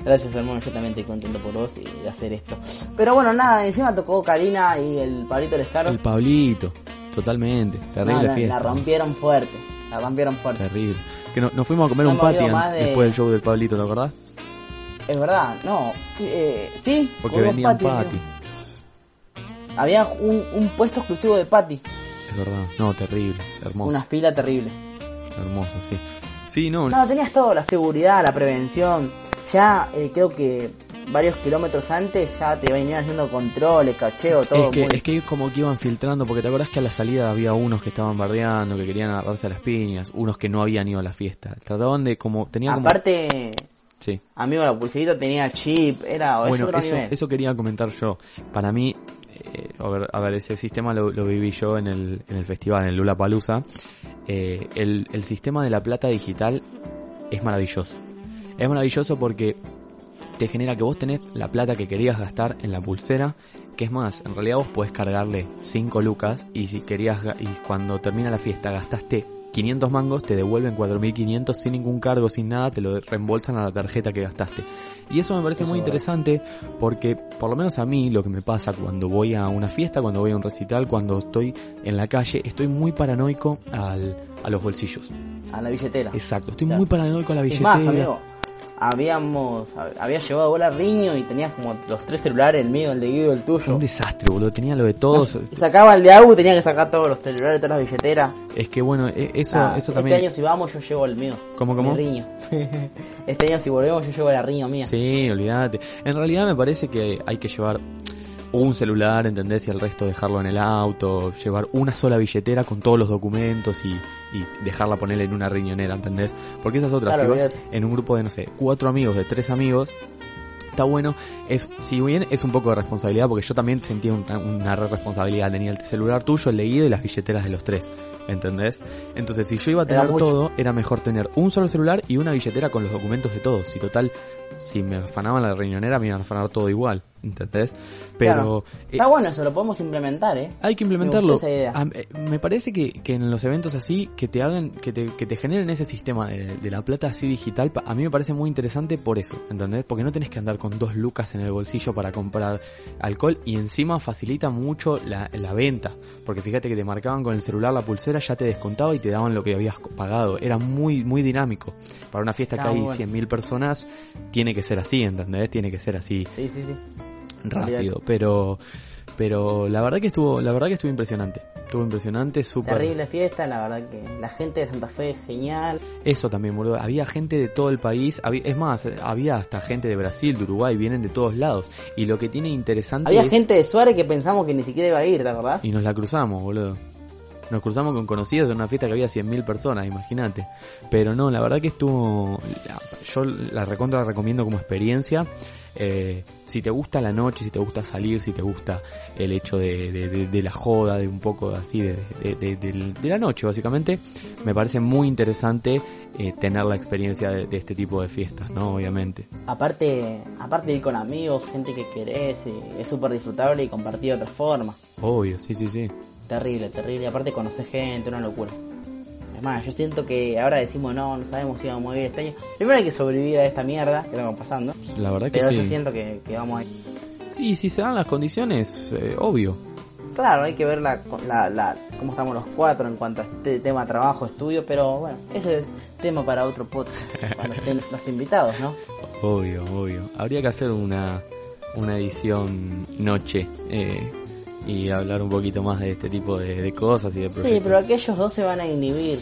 Speaker 3: Gracias, hermano. Yo también estoy contento por vos y de hacer esto. Pero bueno, nada, encima tocó Karina y el Pablito Lescaro.
Speaker 4: El Pablito, totalmente. Terrible
Speaker 3: No, no,
Speaker 4: fiesta.
Speaker 3: La rompieron fuerte. La rompieron fuerte.
Speaker 4: Terrible. Que no- nos fuimos a comer
Speaker 3: No
Speaker 4: un
Speaker 3: me olvido
Speaker 4: patty
Speaker 3: más
Speaker 4: an-
Speaker 3: de-
Speaker 4: después del show del Pablito, ¿te acordás?
Speaker 3: Es verdad, no. que, eh, sí,
Speaker 4: Porque
Speaker 3: con los
Speaker 4: vendían
Speaker 3: patis,
Speaker 4: patty.
Speaker 3: amigo. Había un, un puesto exclusivo de Patty.
Speaker 4: Es verdad. No, terrible. Hermoso.
Speaker 3: Una fila terrible.
Speaker 4: Hermoso, sí. Sí, no,
Speaker 3: No, tenías todo, la seguridad, la prevención. Ya eh, creo que varios kilómetros antes ya te venían haciendo controles, cacheo, todo.
Speaker 4: es, que,
Speaker 3: muy-
Speaker 4: es que como que iban filtrando, porque te acordás que a la salida había unos que estaban bardeando, que querían agarrarse a las piñas, unos que no habían ido a la fiesta. Trataban de como, tenían como...
Speaker 3: Aparte,
Speaker 4: Sí.
Speaker 3: amigo, la pulserita tenía chip, era es
Speaker 4: Bueno,
Speaker 3: otro
Speaker 4: eso,
Speaker 3: nivel.
Speaker 4: eso quería comentar yo. Para mí, eh, a, ver, a ver, ese sistema lo, lo viví yo en el, en el festival, en el Lula Palusa. el, el sistema de la plata digital es maravilloso. Es maravilloso porque te genera que vos tenés la plata que querías gastar en la pulsera. Que es más, en realidad vos podés cargarle 5 lucas y si querías, ga- y cuando termina la fiesta gastaste 500 mangos, te devuelven 4.500 sin ningún cargo, sin nada, te lo reembolsan a la tarjeta que gastaste. Y eso me parece muy interesante porque, por lo menos a mí, lo que me pasa cuando voy a una fiesta, cuando voy a un recital, cuando estoy en la calle, estoy muy paranoico al, a los bolsillos.
Speaker 3: A la billetera.
Speaker 4: Exacto, estoy
Speaker 3: Claro.
Speaker 4: muy paranoico a la
Speaker 3: Es
Speaker 4: billetera.
Speaker 3: más, amigo, habíamos, hab- había llevado bola riño y tenías como los tres celulares, el mío, el de Guido, el tuyo.
Speaker 4: un desastre, boludo. Tenía lo de todos.
Speaker 3: Y sacaba el de Agu, tenía que sacar todos los celulares, todas las billeteras.
Speaker 4: Es que bueno, e- eso,
Speaker 3: Nada,
Speaker 4: eso
Speaker 3: Este
Speaker 4: también.
Speaker 3: año si vamos yo llevo el mío.
Speaker 4: ¿Cómo, cómo?
Speaker 3: Mi riño. este año si volvemos yo llevo la riño mía.
Speaker 4: Sí, olvídate. En realidad me parece que hay que llevar un celular, ¿entendés? Y el resto dejarlo en el auto, llevar una sola billetera con todos los documentos y, y dejarla ponerla en una riñonera, ¿entendés? Porque esas otras,
Speaker 3: Claro,
Speaker 4: si vas
Speaker 3: olvídate.
Speaker 4: en un grupo de, no sé, cuatro amigos, de tres amigos, está bueno. Es, si bien es un poco de responsabilidad, porque yo también sentía una, una re responsabilidad. Tenía el celular tuyo, el leído y las billeteras de los tres. ¿Entendés? Entonces, si yo iba a
Speaker 3: Era
Speaker 4: tener
Speaker 3: mucho.
Speaker 4: todo, era mejor tener un solo celular y una billetera con los documentos de todos. Y total, si me afanaban la riñonera, me iban a afanar todo igual. ¿Entendés? Pero.
Speaker 3: Claro.
Speaker 4: eh,
Speaker 3: Está bueno eso, lo podemos implementar, eh.
Speaker 4: hay que implementarlo.
Speaker 3: Me gustó esa idea.
Speaker 4: Am- eh, Me parece que, que en los eventos así, que te hagan, que te, que te generen ese sistema de, de la plata así digital, pa- a mí me parece muy interesante por eso, ¿entendés? Porque no tenés que andar con dos lucas en el bolsillo para comprar alcohol y encima facilita mucho la, la venta. Porque fíjate que te marcaban con el celular la pulsera, ya te descontaba y te daban lo que habías co- pagado. Era muy, muy dinámico. Para una fiesta
Speaker 3: Está
Speaker 4: que hay
Speaker 3: muy bueno.
Speaker 4: 100.000 personas, tiene que ser así, ¿entendés? Tiene que ser así
Speaker 3: Sí, sí, sí.
Speaker 4: rápido, pero pero la verdad que estuvo, la verdad que estuvo impresionante. Estuvo impresionante, súper.
Speaker 3: Terrible fiesta, la verdad que la gente de Santa Fe es genial.
Speaker 4: Eso también, boludo. Había gente de todo el país, había- es más, había hasta gente de Brasil, de Uruguay, vienen de todos lados. Y lo que tiene interesante
Speaker 3: Había
Speaker 4: es-
Speaker 3: gente de Suárez que pensamos que ni siquiera iba a ir, ¿te acordás?
Speaker 4: y nos la cruzamos, boludo. Nos cruzamos con conocidos en una fiesta que había 100.000 personas, imagínate. Pero no, la verdad que estuvo... la- Yo la recontra recomiendo como experiencia. Eh, si te gusta la noche, si te gusta salir, si te gusta el hecho de, de- de- de la joda, de un poco así, de, de- de- del- de la noche básicamente, me parece muy interesante eh, tener la experiencia de, de este tipo de fiestas, ¿no? Obviamente.
Speaker 3: Aparte, aparte de ir con amigos, gente que querés, eh, es súper disfrutable y compartido de otra forma.
Speaker 4: Obvio, sí, sí, sí.
Speaker 3: Terrible, terrible. Aparte conocer gente, una locura. Es más, yo siento que ahora decimos no, no sabemos si vamos a vivir este año. Primero hay que sobrevivir a esta mierda que estamos pasando.
Speaker 4: La verdad que
Speaker 3: Pero yo
Speaker 4: sí.
Speaker 3: siento que, que vamos a ir.
Speaker 4: Sí, si se dan las condiciones, eh, obvio.
Speaker 3: Claro, hay que ver la, la, la- cómo estamos los cuatro en cuanto a este tema trabajo, estudio, pero bueno, ese es tema para otro podcast, cuando estén los invitados, ¿no?
Speaker 4: Obvio, obvio. Habría que hacer una, una edición noche eh, y hablar un poquito más de este tipo de, de cosas y de proyectos.
Speaker 3: Sí, pero aquellos dos se van a inhibir.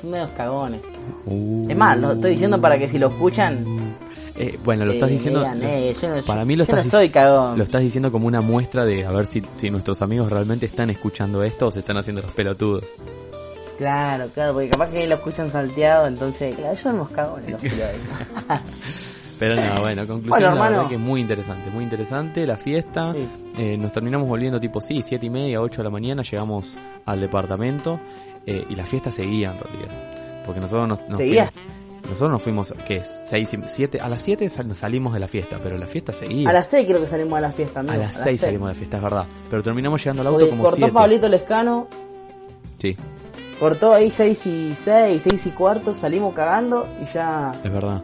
Speaker 3: Son medios cagones.
Speaker 4: Uh,
Speaker 3: Es más, lo estoy diciendo para que si lo escuchan,
Speaker 4: eh, bueno, lo estás
Speaker 3: eh,
Speaker 4: diciendo...
Speaker 3: digan, eh, yo no-
Speaker 4: para mí lo
Speaker 3: yo no
Speaker 4: estás, dic-
Speaker 3: soy cagón.
Speaker 4: lo estás diciendo como una muestra de a ver si, si nuestros amigos realmente están escuchando esto o se están haciendo los pelotudos.
Speaker 3: Claro, claro, porque capaz que lo escuchan salteado, entonces, claro, ellos son unos cagones los culiados.
Speaker 4: Pero no, bueno, conclusión, la
Speaker 3: hermano.
Speaker 4: verdad que muy interesante, muy interesante la fiesta.
Speaker 3: Sí.
Speaker 4: Eh, nos terminamos volviendo tipo, sí, siete y media, 8 de la mañana, llegamos al departamento eh, y la fiesta seguía en realidad. Porque nosotros nos, nos
Speaker 3: ¿Seguía?
Speaker 4: fuimos- nosotros nos fuimos, ¿qué es? Seis, y- siete, a las 7 nos salimos de la fiesta, pero la fiesta seguía.
Speaker 3: A las 6 creo que salimos a la fiesta, amigo.
Speaker 4: A las 6 salimos de la fiesta, es verdad. Pero terminamos llegando al auto
Speaker 3: Porque
Speaker 4: como
Speaker 3: cortó
Speaker 4: 7.
Speaker 3: Pablito Lescano,
Speaker 4: Sí,
Speaker 3: cortó ahí 6 y 6, 6 y cuarto, salimos cagando y ya...
Speaker 4: es verdad.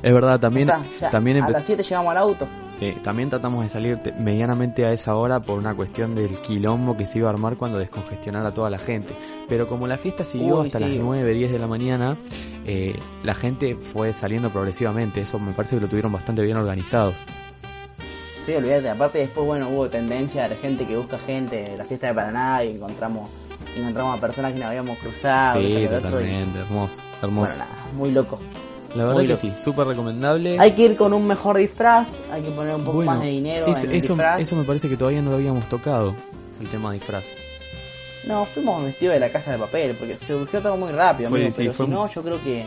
Speaker 4: Es verdad, también,
Speaker 3: ya está, ya
Speaker 4: también
Speaker 3: a
Speaker 4: empe-
Speaker 3: las 7 llegamos al auto.
Speaker 4: Sí, también tratamos de salir te- medianamente a esa hora por una cuestión del quilombo que se iba a armar cuando descongestionara a toda la gente. Pero como la fiesta siguió
Speaker 3: Uy,
Speaker 4: hasta
Speaker 3: sí.
Speaker 4: las 9, 10 de la mañana, eh, la gente fue saliendo progresivamente. Eso me parece que lo tuvieron bastante bien organizados.
Speaker 3: Sí, olvídate, aparte después, bueno, hubo tendencia de gente que busca gente, la fiesta de Paraná y encontramos, encontramos a personas que nos habíamos cruzado.
Speaker 4: sí,
Speaker 3: esto, que lo otro, y-
Speaker 4: totalmente. Hermoso, hermoso.
Speaker 3: bueno, nada, muy loco.
Speaker 4: La verdad
Speaker 3: Muy
Speaker 4: que
Speaker 3: loco.
Speaker 4: sí, súper recomendable.
Speaker 3: Hay que ir con un mejor disfraz, hay que poner un poco
Speaker 4: Bueno,
Speaker 3: más de dinero
Speaker 4: es-
Speaker 3: en el
Speaker 4: eso,
Speaker 3: disfraz.
Speaker 4: eso me parece que todavía no lo habíamos tocado, el tema de disfraz.
Speaker 3: No, fuimos vestidos de la casa de papel, porque se surgió todo muy rápido,
Speaker 4: Fue-
Speaker 3: amigo,
Speaker 4: sí,
Speaker 3: pero
Speaker 4: fue
Speaker 3: si no,
Speaker 4: un-
Speaker 3: yo creo que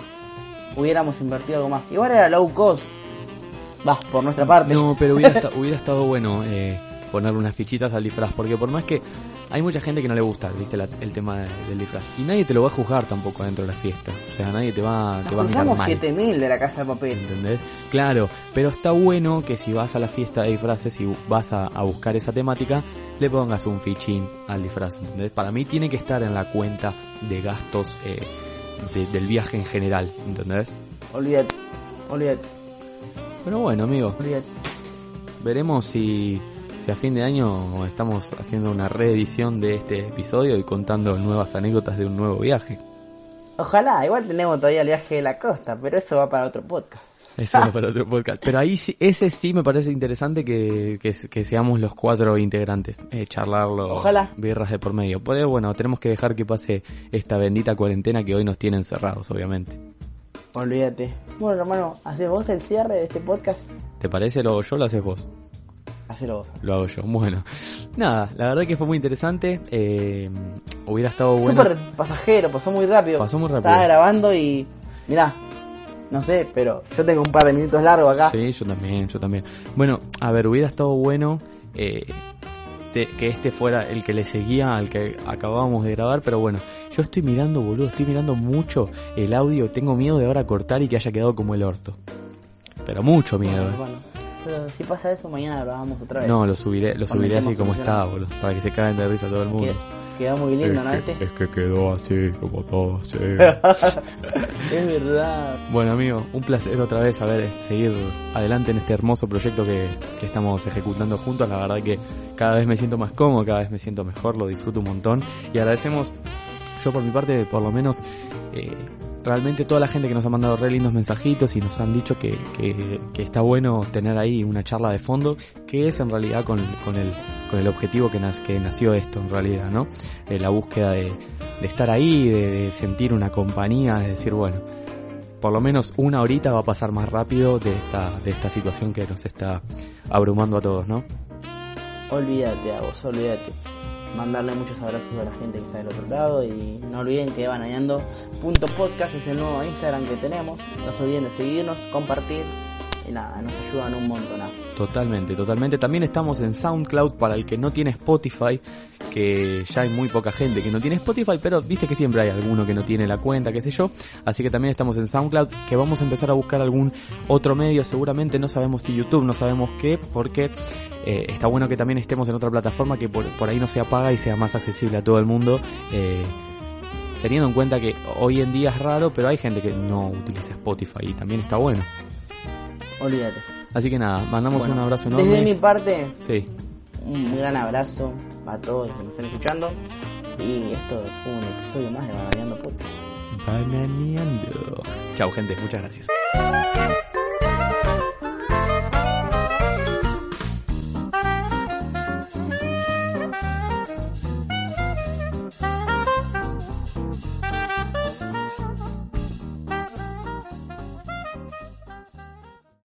Speaker 3: hubiéramos invertido algo más. Igual era low cost. Va, por nuestra parte.
Speaker 4: No, pero hubiera, esta- hubiera estado bueno eh, ponerle unas fichitas al disfraz, porque por más que hay mucha gente que no le gusta, viste, la- el tema de- del disfraz. Y nadie te lo va a juzgar tampoco dentro de la fiesta. O sea, nadie te va,
Speaker 3: Nos
Speaker 4: te va a mirar
Speaker 3: juntamos
Speaker 4: mal.
Speaker 3: 7000 de la casa de papel.
Speaker 4: ¿Entendés? Claro, pero está bueno que si vas a la fiesta de disfraces y vas a, a buscar esa temática, le pongas un fichín al disfraz, ¿entendés? Para mí tiene que estar en la cuenta de gastos eh, de- del viaje en general, ¿entendés?
Speaker 3: Olvídate, olvídate,
Speaker 4: Pero bueno, amigo,
Speaker 3: olvídate.
Speaker 4: veremos si, si a fin de año estamos haciendo una reedición de este episodio y contando nuevas anécdotas de un nuevo viaje.
Speaker 3: Ojalá, igual tenemos todavía el viaje de la costa, pero eso va para otro podcast.
Speaker 4: Eso va para otro podcast. Pero ahí sí, ese sí me parece interesante que, que, que seamos los cuatro integrantes. Eh, charlarlo.
Speaker 3: Ojalá.
Speaker 4: Birras de por medio. Pero bueno, tenemos que dejar que pase esta bendita cuarentena que hoy nos tiene encerrados, obviamente.
Speaker 3: Olvídate. Bueno, hermano, ¿haces vos el cierre de este podcast?
Speaker 4: ¿Te parece? ¿Lo hago yo o lo haces vos?
Speaker 3: Hacelo vos.
Speaker 4: Lo hago yo. Bueno. Nada, la verdad que fue muy interesante. Eh, hubiera estado bueno.
Speaker 3: Súper pasajero, pasó muy rápido.
Speaker 4: Pasó muy rápido.
Speaker 3: Estaba grabando y. Mirá, no sé, pero yo tengo un par de minutos largos acá.
Speaker 4: Sí, yo también, yo también. Bueno, a ver, hubiera estado bueno eh, te- que este fuera el que le seguía al que acabábamos de grabar, pero bueno, yo estoy mirando, boludo, estoy mirando mucho el audio, tengo miedo de ahora cortar y que haya quedado como el orto. Pero mucho miedo. eh.
Speaker 3: Bueno, pero si pasa eso, mañana grabamos otra vez.
Speaker 4: No, lo subiré, lo subiré así
Speaker 3: estemos
Speaker 4: como está,
Speaker 3: solucionados.
Speaker 4: boludo, para que se caguen de risa todo el mundo.
Speaker 3: Que- Quedó muy lindo, ¿no?
Speaker 4: es, que,
Speaker 3: Este.
Speaker 4: es que quedó así, como todo así.
Speaker 3: es verdad.
Speaker 4: bueno, amigo, un placer otra vez a ver, es- seguir adelante en este hermoso proyecto que, que estamos ejecutando juntos. La verdad que cada vez me siento más cómodo, cada vez me siento mejor, lo disfruto un montón. Y agradecemos, yo por mi parte, por lo menos, eh, realmente toda la gente que nos ha mandado re lindos mensajitos y nos han dicho que, que- que está bueno tener ahí una charla de fondo, que es en realidad con, con el con el objetivo que, nas- que nació esto en realidad, ¿no? Eh, la búsqueda de, de estar ahí, de, de sentir una compañía, de decir, bueno, por lo menos una horita va a pasar más rápido de esta, de esta situación que nos está abrumando a todos, ¿no?
Speaker 3: Olvídate a vos, olvídate. Mandarle muchos abrazos a la gente que está del otro lado y no olviden que bananeando.podcast es el nuevo Instagram que tenemos. No se olviden de seguirnos, compartir y nada, nos ayudan un montón.
Speaker 4: Totalmente, totalmente. También estamos en SoundCloud para el que no tiene Spotify, que ya hay muy poca gente que no tiene Spotify, pero viste que siempre hay alguno que no tiene la cuenta, qué sé yo. Así que también estamos en SoundCloud, que vamos a empezar a buscar algún otro medio, seguramente no sabemos si YouTube, no sabemos qué, porque eh, está bueno que también estemos en otra plataforma que por, por ahí no sea paga y sea más accesible a todo el mundo. eh, Teniendo en cuenta que hoy en día es raro, pero hay gente que no utiliza Spotify y también está bueno.
Speaker 3: Olvídate.
Speaker 4: Así que nada, mandamos
Speaker 3: Bueno,
Speaker 4: un abrazo enorme.
Speaker 3: Desde mi parte,
Speaker 4: Sí.
Speaker 3: un gran abrazo a todos los que nos están escuchando. Y esto fue un episodio más de Bananeando Podcast.
Speaker 4: Bananeando. Chao, gente. Muchas gracias.